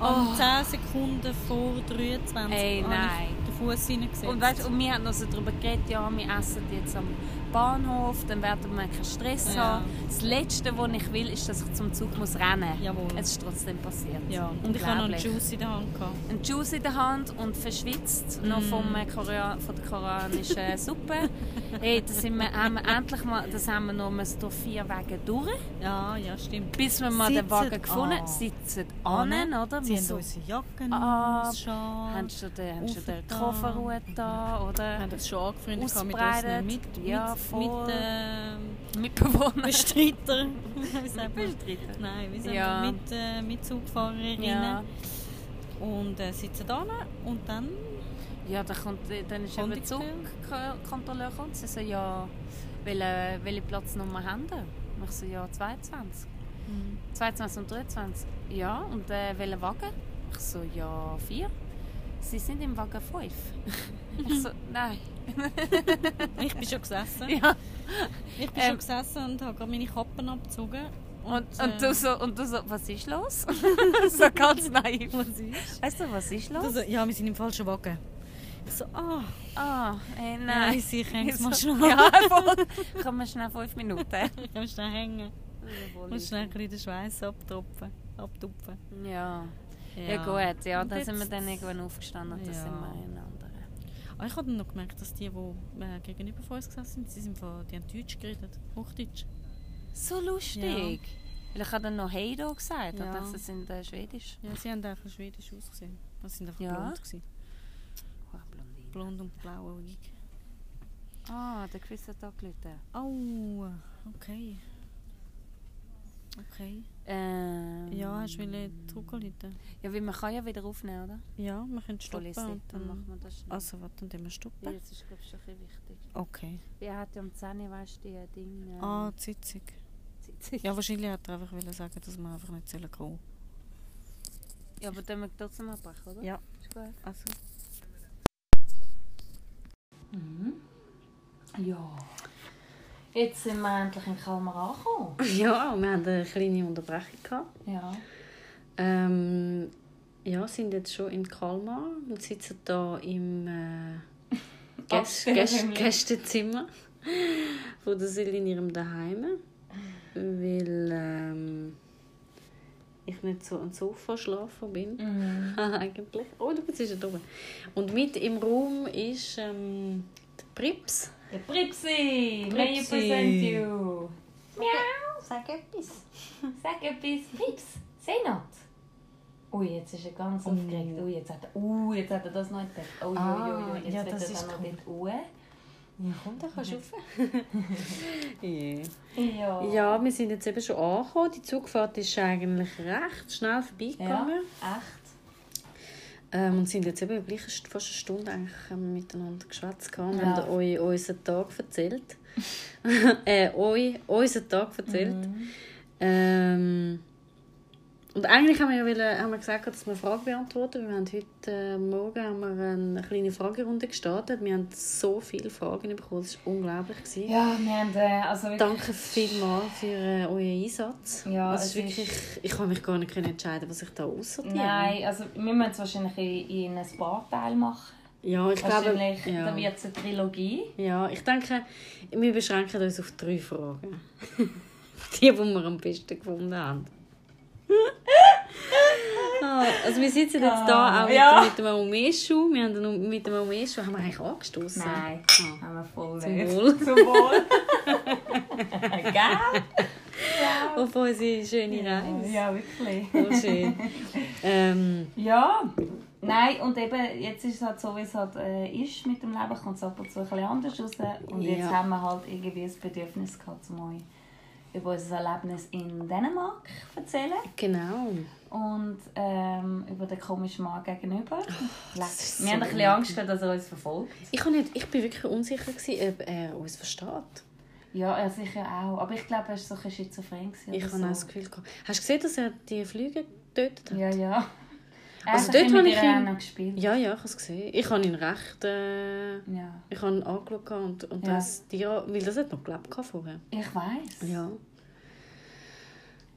B: Oh.
A: an 10 Sekunden vor 23
B: Ey,
A: habe ich
B: nein.
A: den Fuß reingesetzt.
B: Und, weißt, und wir haben noch so darüber geredet, ja, wir essen jetzt am Bahnhof, dann werden wir keinen Stress
A: Ja.
B: haben. Das Letzte, was ich will, ist, dass ich zum Zug muss rennen muss.
A: Jawohl.
B: Es ist trotzdem passiert.
A: ja. Und ich habe noch einen
B: Unglaublich.
A: Juice in der Hand. Gehabt.
B: einen Juice in der Hand und verschwitzt
A: Mm.
B: noch vom äh, Korea von
A: *laughs*
B: der koreanischen Suppe. Hey, das sind wir, haben wir endlich mal, das haben wir noch mal so vier Wege durch,
A: Ja, ja, stimmt.
B: bis wir mal den
A: Sitzen
B: Wagen gefunden
A: an.
B: haben. Sitzen an, oder?
A: Ah, ne? Sie
B: Wir
A: haben
B: so,
A: unsere Jacken
B: Ah,
A: aus, Schal.
B: haben schon den, haben schon den
A: aufgetan.
B: Koffer gut da,
A: haben
B: oder?
A: das schon angefreundet gehabt mit unseren
B: ausbreitet.
A: mit, mit,
B: Ja, voll.
A: mit
B: *laughs*
A: ähm,
B: Mitbewohner.
A: Bestreiter. Wie sagt man?
B: Bestritten.
A: Nein, wir sind
B: Ja.
A: mit, äh, mit Zugfahrerinnen
B: Ja.
A: und äh, sitzen da und dann *laughs*
B: ja, dann, kommt, äh, dann ist eben der
A: Konditeur.
B: Zugkontrolleur kommt. Sie so, ja, welchen welche Platznummer haben wir? Ich so, ja, 22.
A: Mhm.
B: 22 und 23. Ja, und äh, welchen Wagen? Ich so, ja, vier. Sie sind im Wagen 5. *laughs* ich so, nein.
A: ich bin schon gesessen.
B: Ja.
A: Ich bin schon
B: Ähm.
A: gesessen und habe gerade meine Kappen abgezogen.
B: Und, und,
A: äh,
B: du so, und du so, was ist los? *laughs* so ganz naiv.
A: was ist?
B: Weißt du, was ist
A: Du
B: los?
A: so, Also, ja, wir sind im falschen Wagen. Ich so, ah,
B: Ah, ey, nein.
A: nein, ich häng's mal
B: So-
A: schnell.
B: Ja, voll. Kann man schnell fünf Minuten.
A: Ich muss schnell hängen. Ich *laughs* muss schnell ein bisschen den Schweiß abtupfen. abtupfen.
B: Ja. Ja, gut, ja,
A: Und
B: da sind wir
A: jetzt-
B: dann irgendwann aufgestanden und dann
A: Ja.
B: sind wir in anderen.
A: Ah, ich habe dann noch gemerkt, dass die, die äh, gegenüber von uns gesessen sind, sie sind von, die haben Deutsch geredet, Hochdeutsch.
B: So lustig! Weil ich habe dann noch Heido gesagt
A: Ja.
B: und dachte, das sind äh, Schwedisch.
A: Ja, sie haben einfach schwedisch ausgesehen. Also sie sind einfach
B: Ja.
A: blond gewesen.
B: Oh, Blondine.
A: Blond und blauäugig.
B: Ah, der Chris hat angerufen.
A: Au, okay. Okay.
B: Ähm,
A: Ja, hast du wollen zurückrufen?
B: Ja, weil man kann ja wieder aufnehmen, oder?
A: Ja, wir können stoppen
B: Polizei,
A: und
B: dann machen
A: dann...
B: wir das schnell.
A: Mhm. Also, warte, dann tun wir
B: Ja,
A: stoppen.
B: das ist, glaube ich, schon ein bisschen wichtig.
A: Okay.
B: Ja, hat ja um 10 Uhr, weißt du, die äh, Dinge...
A: Ah, die Sitzung. Ja, wahrscheinlich hat er einfach wollen sagen, dass wir einfach nicht sollen kommen
B: ja, aber dann mögen wir trotzdem abbrechen, oder?
A: Ja.
B: Ist gut.
A: Also...
B: Ja. Jetzt sind wir endlich in Kalmar angekommen.
E: Ja, wir hatten eine kleine Unterbrechung. Gehabt.
B: Ja.
E: Ähm, ja, sind jetzt schon in Kalmar und sitzen da im äh, Gäst Gäst Gästezimmer von der Silly in ihrem Daheim, weil ähm, ich nicht so ein Sofaschlafer bin *laughs* eigentlich. Oh, du bist ja da oben. Und mit im Raum ist ähm, die Prips.
B: Der Pripsi! May you
E: Pripsi.
B: present you! Miau! Sag etwas! *laughs* Sag etwas! Pips! Sei not! Ui, jetzt ist er ganz aufgeregt. Ui, jetzt hat er, ui, jetzt hat er das noch entdeckt. Ui, ui, ui, ui. Jetzt
A: ja,
B: wird
A: das
B: er
A: ist
B: dann noch dort ue.
E: Komm, da kannst du rauf.
B: Ja.
E: Ja, wir sind jetzt eben schon angekommen. Die Zugfahrt ist eigentlich recht schnell
B: Ja,
E: vorbeigegangen.
B: echt.
E: Ähm, und sind jetzt eben gleich fast eine Stunde eigentlich ähm, miteinander geschwätzt gehabt und
B: Ja.
E: haben euch unseren Tag erzählt. *laughs* äh, euch unseren Tag erzählt.
B: Mhm.
E: Ähm, und eigentlich haben wir ja wollen, haben wir gesagt, dass wir Fragen beantworten. Wir haben heute äh, Morgen haben wir eine kleine Fragerunde gestartet. Wir haben so viele Fragen bekommen. Das war unglaublich. Gewesen.
B: Ja, wir haben äh, also wirklich...
E: Danke vielmals für äh, euren Einsatz.
B: Ja,
E: es
B: es
E: ist wirklich, ich kann mich gar nicht entscheiden, was ich da aussortiere.
B: Nein, also wir müssen es wahrscheinlich in, in ein paar Teile machen.
E: Ja, ich glaube,
B: Wahrscheinlich, dann
E: ja.
B: wird es eine Trilogie.
E: ja, ich denke, wir beschränken uns auf drei Fragen. *laughs* die, die wir am besten gefunden *laughs* haben. Ah, also wir sitzen jetzt da auch mit,
B: Ja.
E: mit dem Omeschu. Wir haben den, mit dem Omeschu haben wir eigentlich angestoßen.
B: Nein,
E: Ah.
B: haben wir voll
E: Zum
B: nicht. *laughs*
E: Wohl.
B: Zum Wohl. Gell?
E: Auf unsere schöne Reise.
B: Ja, wirklich. *laughs*
E: Voll schön. ähm,
B: Ja. Nein, und eben, jetzt ist es halt so, wie es halt äh, ist mit dem Leben, kommt es ab und zu ein bisschen anders raus. Und jetzt
E: Ja.
B: haben wir halt irgendwie das Bedürfnis gehabt, zum euch über unser Erlebnis in Dänemark erzählen
E: Genau.
B: und ähm, über den komischen Mann gegenüber. wir
E: Ah, ist
B: haben ein
E: so
B: bisschen Angst, gehabt, dass er uns verfolgt.
E: Ich, kann nicht, ich bin wirklich unsicher, gewesen, ob er uns versteht.
B: Ja, er sicher auch. Aber ich glaube, er war so ein bisschen schizophren. gewesen
E: Ich
B: oder
E: habe
B: so.
E: auch das Gefühl gehabt. Hast du gesehen, dass er die Flüge getötet hat?
B: Ja, ja. Er
E: Also
B: hat
E: dort
B: ein bisschen mit ihr
E: habe ich ihn-
B: auch noch gespielt.
E: Ja, ja, ich habe es gesehen. Ich habe ihn recht. Äh,
B: Ja.
E: ich habe ihn angeschaut und, und
B: Ja.
E: das Tier, weil das hat noch gelebt gehabt vorher.
B: Ich weiß.
E: Ja.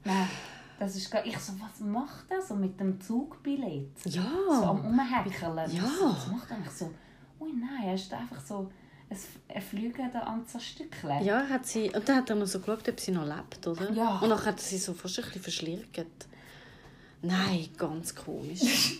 B: Nein, das ist gar... Ich so, was macht er so mit dem Zugbillett? So am
E: Ja.
B: Umhäckeln.
E: Ja.
B: Was macht er? Ich so, ui nein, er ist einfach so... ein F- Ein Flüge da am zerstückeln.
E: Ja, er hat sie, und dann hat er noch so geschaut, ob sie noch lebt, oder?
B: Ja.
E: Und dann hat er sie so fast ein bisschen verschlirkt. Nein, ganz
B: *laughs*
E: komisch.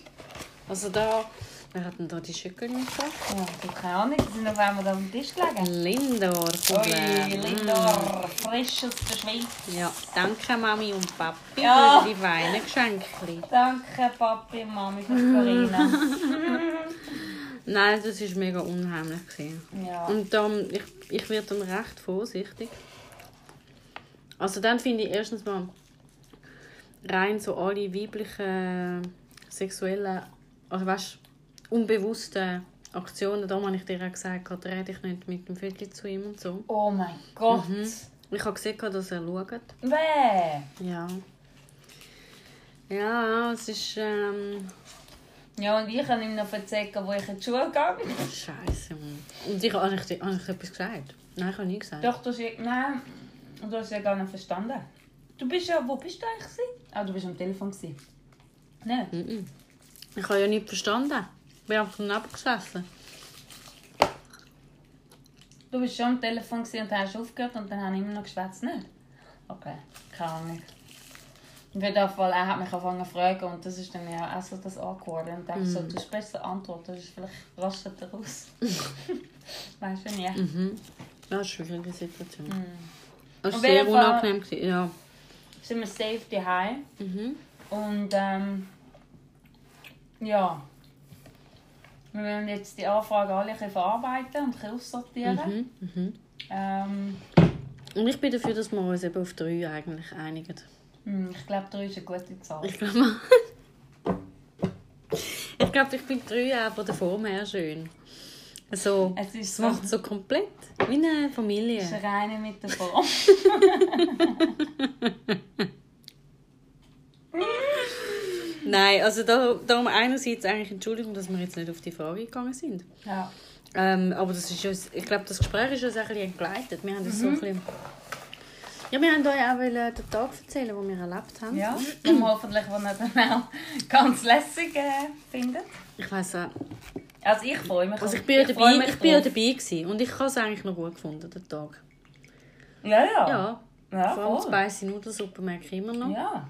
E: also da, wir hatten da die Schütteln gemacht.
B: Ja, so keine Ahnung, die sind auf einmal da am Tisch gelegen.
E: Lindor,
B: Ui,
E: Problem.
B: Lindor, frisch aus der Schweiz.
E: Ja, danke Mami und Papi
B: Ja.
E: für die Weihnachtsgeschenke.
B: Danke, Papi und Mami
E: *laughs*
B: von Corinna.
E: Nein, das war mega unheimlich. Gewesen.
B: ja.
E: Und ähm, ich, ich werde dann recht vorsichtig. Also dann finde ich erstens mal rein so alle weiblichen sexuellen, also weißt, unbewussten Aktionen, da habe ich dir auch gesagt, gerade rede ich nicht mit dem Viertel zu ihm und so.
B: Oh mein Gott.
E: Mhm. Ich habe gesehen, dass er schaut.
B: Weh.
E: Ja. Ja, es ist... Ähm,
B: Ja, und ich kann ihm noch erzählen, wo ich in die Schule gehe.
E: Scheiße, Mann. Und ich habe nicht, hab ich etwas gesagt. Nein, ich habe nie gesagt.
B: Doch, du hast ja... Nein, du hast ja gar nicht verstanden. Du bist ja... Wo bist du eigentlich? gewesen? Ah, du bist am Telefon. gewesen. Nein.
E: Ich habe ja nicht verstanden. Ich bin einfach daneben gesessen.
B: Du bist schon am Telefon gewesen und hast aufgehört und dann habe ich immer noch geschwätzt. Nicht? Okay, keine Ahnung. Auf jeden Fall, er hat mich angefangen zu fragen und das ist dann ja auch so das angeworden. Und ich dachte so, du sprichst eine Antwort, das ist vielleicht rastet *laughs* daraus. weißt du nicht?
E: Ja, das ist wirklich eine Situation. Das war
B: Hm. Auf
E: sehr
B: jeden Fall-
E: unangenehm. gewesen, Ja.
B: Sind wir safe daheim. Und ähm, ja. Wir werden jetzt die Anfragen alle ein bisschen verarbeiten und ein bisschen aussortieren.
E: Mhm.
B: Ähm,
E: Und ich bin dafür, dass wir uns eben auf drei eigentlich einigen.
B: hm, ich glaube, drei ist eine gute Zahl.
E: Ich glaube, *laughs* ich, glaub, ich bin drei auch von der Form her schön. So,
B: Es ist
E: es
B: so-
E: macht so komplett. Wie eine Familie.
B: Das ist reine mit der
E: *laughs*
B: Form.
E: Nein, also da, darum einerseits eigentlich Entschuldigung, dass wir jetzt nicht auf die Frage gegangen sind.
B: Ja.
E: Ähm, aber das ist uns, ich glaube, das Gespräch ist uns auch ein bisschen entgleitet. Wir haben das
B: Mhm.
E: so ein bisschen... Ja, wir haben euch auch wollen den Tag erzählen, den wir erlebt haben.
B: Ja, und hoffentlich, wenn ihr dann auch ganz lässig äh, findet.
E: Ich weiß auch.
B: Also ich freue mich.
E: Also ich bin ja
B: freue
E: dabei,
B: mich
E: ich bin ja
B: drauf.
E: dabei gewesen. und ich habe es eigentlich noch gut gefunden, den Tag.
B: Ja, ja.
E: Ja,
B: ja
E: vor allem
B: voll.
E: Spicy Nudelsuppe merke ich immer noch.
B: Ja.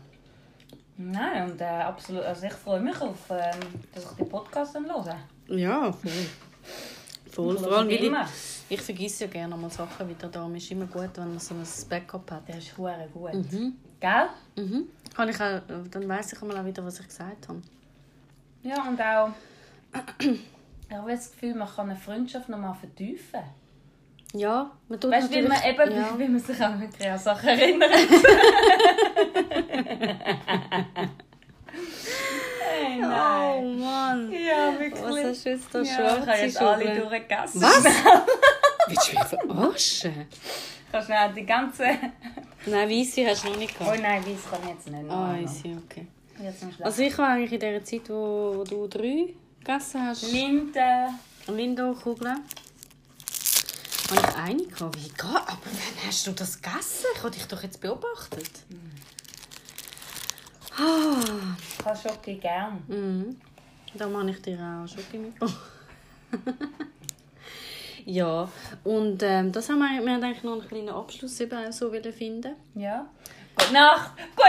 B: Nein, und äh, absolut. Also ich freue mich auf, ähm, dass ich die Podcasts dann höre.
E: Ja, voll. Voll,
B: Ich
E: vor
B: höre
E: allem, weil
B: die
E: ich,
B: immer.
E: ich vergesse ja gerne mal Sachen wieder da. Mir ist immer gut, wenn man so ein Backup hat.
B: Der ist hure gut.
E: Mhm.
B: Gell?
E: Mhm. Kann ich auch, dann weiss ich einmal auch wieder, was ich gesagt habe.
B: Ja, und *clears throat* auch... Ich habe das Gefühl, man kann eine Freundschaft nochmal vertiefen.
E: Ja, man tut
B: Weißt du, wie man,
E: natürlich-
B: eben,
E: ja.
B: wie man sich auch wirklich an Sachen *laughs* erinnert? hey, nein.
E: Oh Mann.
B: Ja, wirklich.
E: Was hast du jetzt da
B: ja,
E: schwarz?
B: ich habe jetzt alle durchgegessen. *laughs*
E: Was? Willst du mich verarschen?
B: Ich habe schnell die ganze...
E: Nein, weisse hast du noch nicht
B: Oh
E: gehabt.
B: nein, weiß kann ich jetzt nicht
E: Ah,
B: mehr.
E: weisse, okay.
B: Jetzt noch schlecht.
E: Also ich war eigentlich in der Zeit, wo, wo du drei gegessen hast,
B: Linde...
E: Lindo-Kugeln, habe ich eine gehabt. Wie geht? Aber wann hast du das gegessen? Ich habe dich doch jetzt beobachtet.
B: Hm.
E: Ah,
B: Ich habe Schoki gern.
E: mhm. Da mache ich dir auch Schoki mitgebracht. *laughs* ja, und ähm, das haben wir, wir haben eigentlich noch einen kleinen Abschluss eben auch so wollen finden.
B: Ja. Gute Nacht! Gute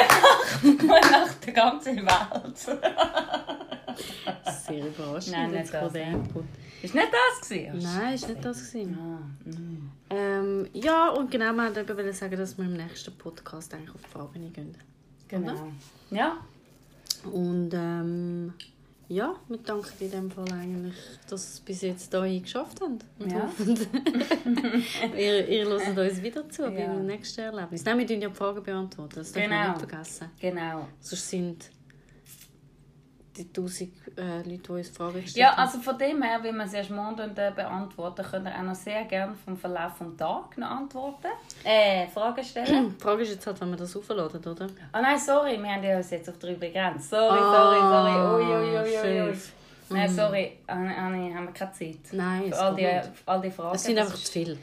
B: Nacht! *laughs* Gute Nacht, der ganze Welt!
E: Sehr überraschend.
B: Nein, nicht
E: jetzt kommt
B: das,
E: der
B: ja.
E: Input.
B: Ist nicht das gewesen?
E: Nein, ist nicht das
B: Ah,
E: gewesen.
B: mm.
E: Ähm, ja, und genau, wir wollten eben sagen, dass wir im nächsten Podcast eigentlich auf die Farbe gehen.
B: Genau. Ja?
E: Und ähm, Ja, wir danken in dem Fall eigentlich, dass ihr es bis jetzt hierhin geschafft habt. Und
B: Ja.
E: hoffen, ihr, ihr hört uns wieder zu beim nächsten Erlebnis. Nein, wir dürfen ja die Fragen beantworten, das darf man
B: Genau.
E: nicht vergessen.
B: Genau.
E: Sonst sind die tausend äh, Leute, die uns Fragen gestellt
B: Ja, also von dem her, wie wir es erst morgen äh, beantworten, könnt ihr auch noch sehr gerne vom Verlauf des Tages noch antworten. Äh, Fragen stellen.
E: *clears throat* haben. Die Frage ist jetzt halt, wenn wir das aufladen, oder?
B: Ah nein, sorry, wir haben ja uns jetzt auf drei begrenzt. Sorry, sorry,
E: Ah,
B: sorry. Ui, ui, ui, ui, ui.
E: Chef.
B: Nein, sorry, Anni, Anni, haben wir keine Zeit.
E: Nein,
B: Für
E: es
B: all
E: geht
B: die,
E: nicht.
B: für all die Fragen.
E: Es sind
B: Das
E: einfach
B: ist-
E: zu viele.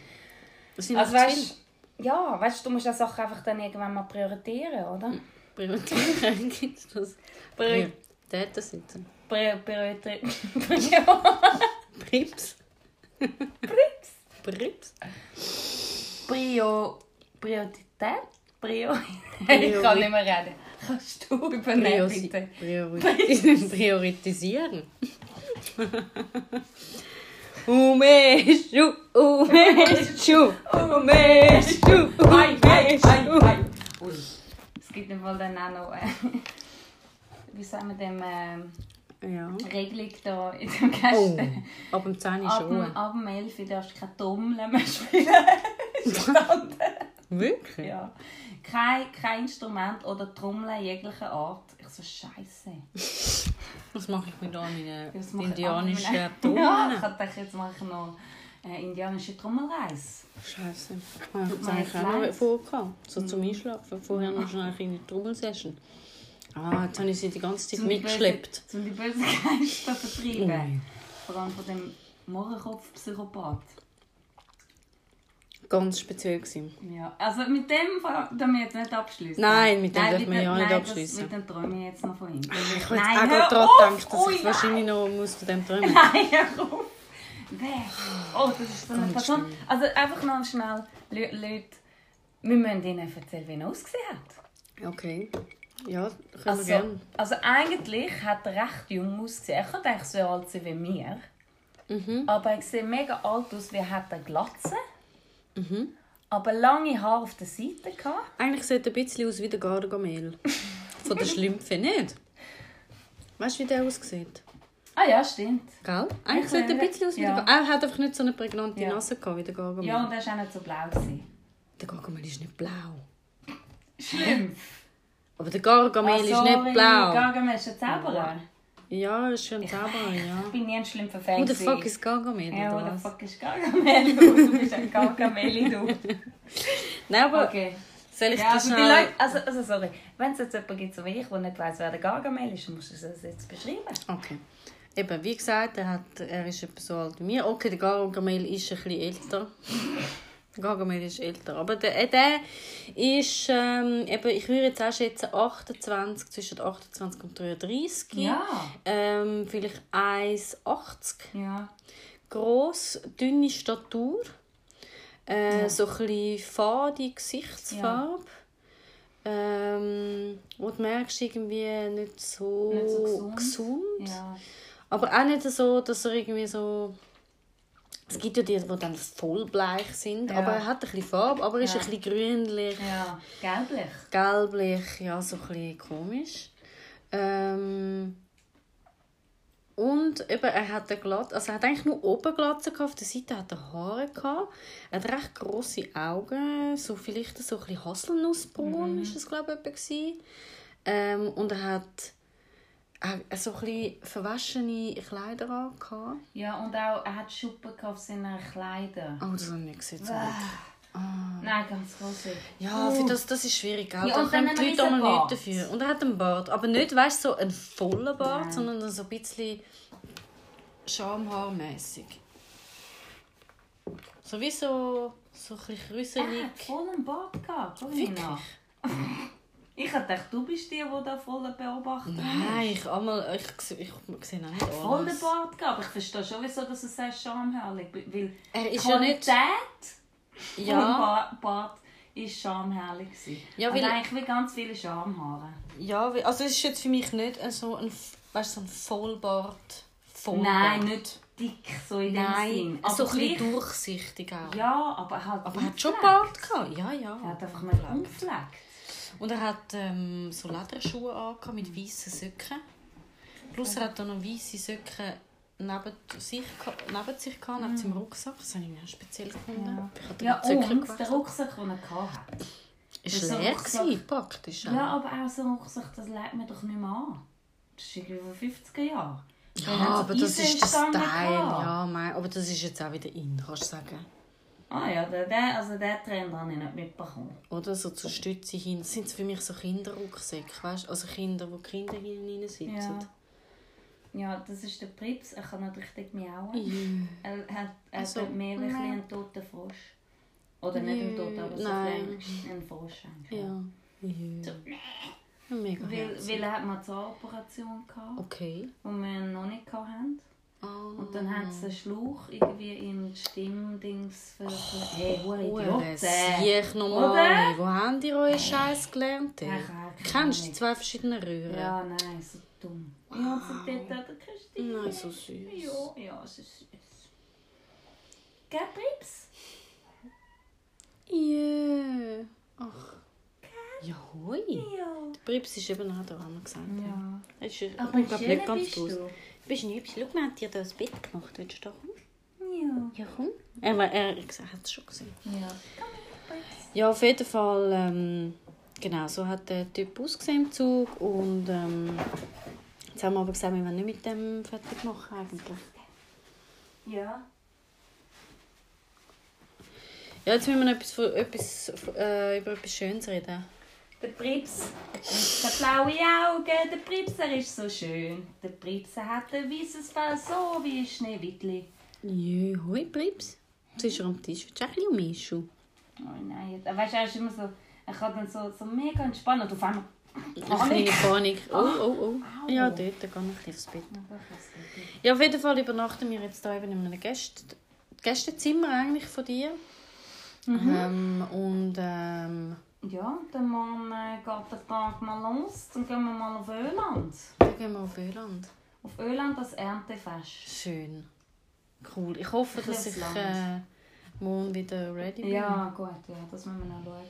E: Es sind
B: Also
E: einfach zu
B: weißt ja, weißt du, du musst das Sache einfach dann irgendwann mal prioritieren, oder?
E: viele. Prioritäten gibt's das.
B: Priori-
E: Prioritäten sind dann.
B: Pri- *laughs* Prioritieren. Prior-
E: Prips. Prips.
B: Prior- Priorität? *laughs* Prior. Ich kann nicht mehr reden. Kannst du übernehmen,
E: Priorisi-
B: bitte?
E: Priori- Prioritisieren. Umeshu, umeshu,
B: Oh,
E: umeshu, umeshu.
B: Ui. Es gibt im Fall dann auch noch. Äh, wie sagen wir dem ähm,
E: Ja.
B: Regelung da in dem
E: Oh,
B: Kästchen?
E: ab dem 10 ist
B: ab, dem-
E: Ruhe.
B: ab dem 11 Uhr darfst du keine Tommeln mehr *laughs* spielen.
E: Wirklich?
B: ja. kein, kein Instrument oder Trommeln jeglicher Art. Ich so, Scheiße.
E: Was mache ich mit all meinen
B: Das mache ich
E: indianischen
B: auch nicht mehr. *laughs* Ja, ich
E: Tonnen?
B: dachte, jetzt mache ich noch äh, indianische Trommelreis.
E: Scheiße. Ah, Ich habe
B: mir
E: eigentlich
B: jetzt
E: auch noch
B: leid. Mhm.
E: vorgehabt. So zum Einschlafen. Vorher noch schnell eine kleine Trommelsession. Ah, jetzt habe ich sie die ganze Zeit
B: Um die
E: mitgeschleppt.
B: Böse- Um die bösen Geister zu vertreiben. Vor allem von dem Mohrenkopf-Psychopath.
E: Ganz speziell gewesen.
B: Ja, also mit dem Fra- dürfen wir jetzt nicht abschließen.
E: Nein, mit dem dürfen
B: mit
E: wir
B: dem-
E: ja auch nicht
B: nein,
E: abschliessen.
B: Das, mit dem träume ich jetzt noch von ihm.
E: Ich
B: nein,
E: habe jetzt auch
B: hör
E: gerade daran
B: auf!
E: gedacht, dass
B: Ui,
E: ich wahrscheinlich noch muss von
B: *laughs*
E: dem träumen
B: Nein, hör auf! Wer? Oh, das ist so eine Person. Also einfach noch schnell, Le Leute, wir müssen ihnen erzählen, wie er ausgesehen hat.
E: Okay. Ja, können wir
B: Also,
E: gerne.
B: also eigentlich hat er recht jung ausgesehen. Er könnte eigentlich so alt sein wie wir.
E: Mhm.
B: Aber er sieht mega alt aus, wie er hat eine Glatze.
E: Mhm.
B: Aber lange Haare auf der Seite gehabt.
E: Eigentlich sieht er ein bisschen aus wie
B: *laughs*
E: der Gargamel. Von der Schlümpfe, nicht? Weißt du, wie der aussieht?
B: Ah ja, stimmt.
E: Gell? Eigentlich sieht er ein bisschen aus wie
B: Ja.
E: der Gargamel. Er hat einfach nicht so eine prägnante
B: Ja.
E: Nase gehabt wie der Gargamel.
B: Ja, und er war auch nicht so blau. gewesen.
E: Der Gargamel ist nicht blau.
B: Schlimm.
E: Aber der Gargamel
B: Ah,
E: ist nicht blau.
B: Gargamel ist ein Zauberer.
E: ja, ist schon ein Zauberer, ja.
B: Ich bin nie ein schlimmer Fan.
E: Who the
B: gewesen.
E: fuck ist Gargamel?
B: Ja,
E: oder
B: wo der
E: was?
B: fuck ist *laughs* Gargamel? Du Du bist ein Gargamel, du.
E: Nein, aber
B: Okay.
E: soll ich
B: Ja,
E: das
B: also, die
E: schnell...
B: Leute, also, also sorry, wenn es jetzt jemanden gibt, so wie ich, der nicht weiss, wer der Gargamel ist, dann musst du es jetzt beschreiben.
E: Okay. Eben, wie gesagt, er, hat, er ist etwa so alt wie mir. Okay, der Gargamel ist ein bisschen älter. Der Gargamel ist älter. Aber der, äh, der ist, ähm, eben, ich würde jetzt auch schätzen, 28, zwischen 28 und 33. Ähm, vielleicht 1,80
B: Ja.
E: groß, dünne Statur, äh, so ein bisschen fade Gesichtsfarbe. Ähm, wo du merkst, irgendwie nicht so,
B: Nicht so gesund.
E: gesund.
B: Ja.
E: Aber auch nicht so, dass er irgendwie so. Es gibt ja die, die dann voll bleich sind.
B: Ja.
E: Aber er hat ein bisschen Farbe, aber er ist
B: Ja.
E: ein bisschen grünlich,
B: Ja. Gelblich.
E: gelblich, ja, so ein bisschen komisch. Ähm, und eben, er hat eine Glatze, also er hat eigentlich nur oben Glatze gehabt, auf der Seite hat er Haare gehabt. Er hat recht grosse Augen, so vielleicht so ein bisschen Haselnussbraun ist es, glaube ich, etwa gewesen. ähm, Und er hat auch so ein bisschen verwaschene Kleider an. gehabt.
B: Ja, und auch, er hat Schuppen gehabt auf seinen Kleidern.
E: Oh, das habe ich nicht gesehen. zum Glück. Ah.
B: Nein, ganz große.
E: Ja, für das, das ist schwierig. Gell?
B: Oh. Ja,
E: da
B: und dann
E: können die
B: haben
E: Leute
B: wir diesen
E: auch mal
B: Bart.
E: nichts dafür. Und er hat einen Bart. Aber nicht, weißt so einen vollen Bart,
B: Nein.
E: sondern so ein bisschen schamhaarmässig. So wie so, so ein bisschen
B: Er
E: krüsselig.
B: hat Ah, voll einen Bart gehabt,
E: Wirklich?
B: Corinna. *laughs* Ich hab gedacht, du bist die, die da voll beobachtet
E: Nein, ich, einmal, ich, ich, ich, ich sehe auch nicht
B: Voll den
E: alles.
B: Bart gehabt. Aber ich verstehe schon, wieso dass du sagst, schamherrlich. Weil
E: Er
B: die
E: ist ja nicht...
B: Qualität vom
E: Ja,
B: Ba- Bart ist schamherrlich. gewesen.
E: Ja,
B: Und
E: weil-
B: eigentlich wie ganz viele Schamhaare.
E: ja, wie- also es ist jetzt für mich nicht ein- so ein, weißt, so ein Vollbart. Vollbart.
B: Nein, nicht dick, so in dem Sinn.
E: Nein, so ein bisschen
B: gleich-
E: durchsichtig auch.
B: Ja, aber halt
E: Aber er hat schon
B: unfleckt.
E: Bart gehabt. Ja, ja.
B: Er hat einfach mal umfleckt.
E: Und er hat ähm, so Lederschuhe an mit weißen Socken.
F: Plus er hat auch noch weiße Socken neben sich, geha- neben sich gehabt, neben seinem Rucksack. Das habe ich mir auch speziell gefunden. Ich hatte
B: Mhm. Ja,
F: die Socken
B: und
F: gemacht.
B: der Rucksack, den er hatte.
E: Ist
B: ist so
E: leer
B: Rucksack.
E: gewesen, praktisch.
B: Ja, aber auch so ein Rucksack, das legt man doch nicht mehr an. Das ist irgendwie von 50er Jahren.
E: Ja,
B: Dann hat es
E: aber das ist der Style.
B: Eisenstangen gehabt.
E: Ja, mein, aber das ist jetzt auch wieder in, kannst du sagen.
B: Ah ja, der, der, also der Trend habe ich nicht mitbekommen.
E: Oder so zur Stütze hin. Das sind für mich so Kinderrucksäcke, weißt du? Also Kinder, wo die Kinder hinein sitzen.
B: Ja, das ist der Prips, er kann nicht richtig miauen. Er hat, er
E: Also,
B: hat mehr wie ein bisschen einen toten Frosch. Oder nicht einen toten, aber so
E: Nein.
B: ein bisschen einen Frosch. eigentlich.
E: Ja.
B: So,
E: Mega
B: weil,
E: herzig.
B: weil er hat mal eine Zahnoperation gehabt,
E: Okay.
B: die wir noch nicht hatten.
E: Ah,
B: Und dann hat es einen Schlauch irgendwie in die Stimmdings ver... hey, hohe
E: Huren,
B: Idioten!
E: sieh ich nochmal Wo haben die euren Scheiß gelernt? ey?
B: ich auch keine
E: Kennst du die
B: Ahnung.
E: zwei verschiedenen Röhren?
B: Ja, nein, so dumm. Ja, so dort hat er keine Stimme.
E: Ah. Nein, so süß.
B: Ja, ja, es ist süß. Gell, Prips?
E: Yeah. Ach. Ja, hoi. Der Brips ist eben auch da, haben wir gesagt.
B: Ja.
E: Das ist
B: Aber
E: ich glaub,
B: schön
E: nicht ganz
B: bist
E: bewusst.
B: du.
E: Bist du nicht hübsch? Schau, man hat dir da ein Bett gemacht. Willst du da kommen?
B: Ja.
E: Ja, komm. Er, war- er hat es schon gesehen.
B: Ja.
E: Ja, auf jeden Fall. Ähm, genau, so hat der Typ ausgesehen im Zug. Und ähm, jetzt haben wir aber gesagt, wir wollen nicht mit dem fertig machen eigentlich.
B: Ja.
E: Ja, jetzt müssen wir noch etwas, von- etwas, äh, über etwas Schönes reden.
B: Der Prips. Der blaue Augen, der Prips, er ist so schön. Der Prips er hat ein weißes Fell, so wie ein Schneewittli.
E: Ja, hoi, Brips. Jetzt ist er am Tisch. Willst du auch ein bisschen um mich schauen?
B: Oh nein, jetzt- aber weißt du, er ist immer so, er kann dann so, so mega entspannen und auf einmal...
E: Ach, nee, Panik. Oh, oh, oh. Ja, dort, da kann ich aufs Bett. Ja, auf jeden Fall übernachten wir jetzt hier eben in einem Gäst Gästezimmer eigentlich von dir. Ähm, und ähm,
B: Ja, dann morgen äh, geht der Tag mal los, dann gehen wir mal auf Öland.
E: dann gehen wir auf Öland.
B: Auf Öland das Erntefest.
E: Schön. Cool. Ich hoffe, dass ich
B: Kleines
E: äh, morgen wieder ready bin.
B: Ja, gut, ja, das müssen wir noch schauen.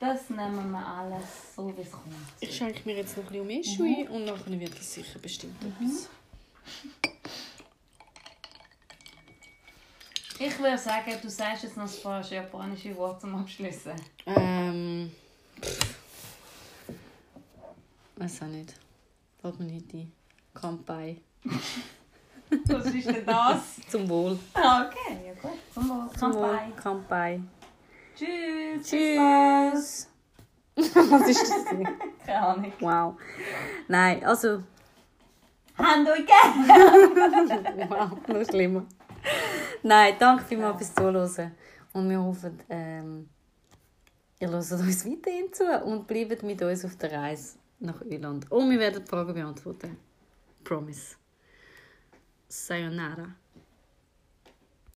B: Das nehmen wir alles so, wie es kommt.
E: Ich schenke mir jetzt noch ein bisschen mehr Schuhe und nachher wird das sicher bestimmt etwas.
B: Ich würde sagen, du sagst jetzt noch ein paar japanische Worte zum Abschliessen.
E: Ähm. Weiß auch nicht. Fällt mir nicht ein. Kampai.
B: Was ist denn das?
E: Zum Wohl.
B: Ah, *laughs* okay, ja gut. Zum Wohl. Kanpai.
E: Kampai.
B: Tschüss.
E: *laughs* Tschüss. Was ist das denn?
B: Keine Ahnung.
E: Wow. Nein, also.
B: Hand euch gern.
E: *laughs* Wow, noch schlimmer. Nein, danke vielmals fürs Zuhören. Und wir hoffen, ähm, ihr hört uns weiterhin zu und bleibt mit uns auf der Reise nach Irland. Und wir werden die Fragen beantworten. Promise. Sayonara.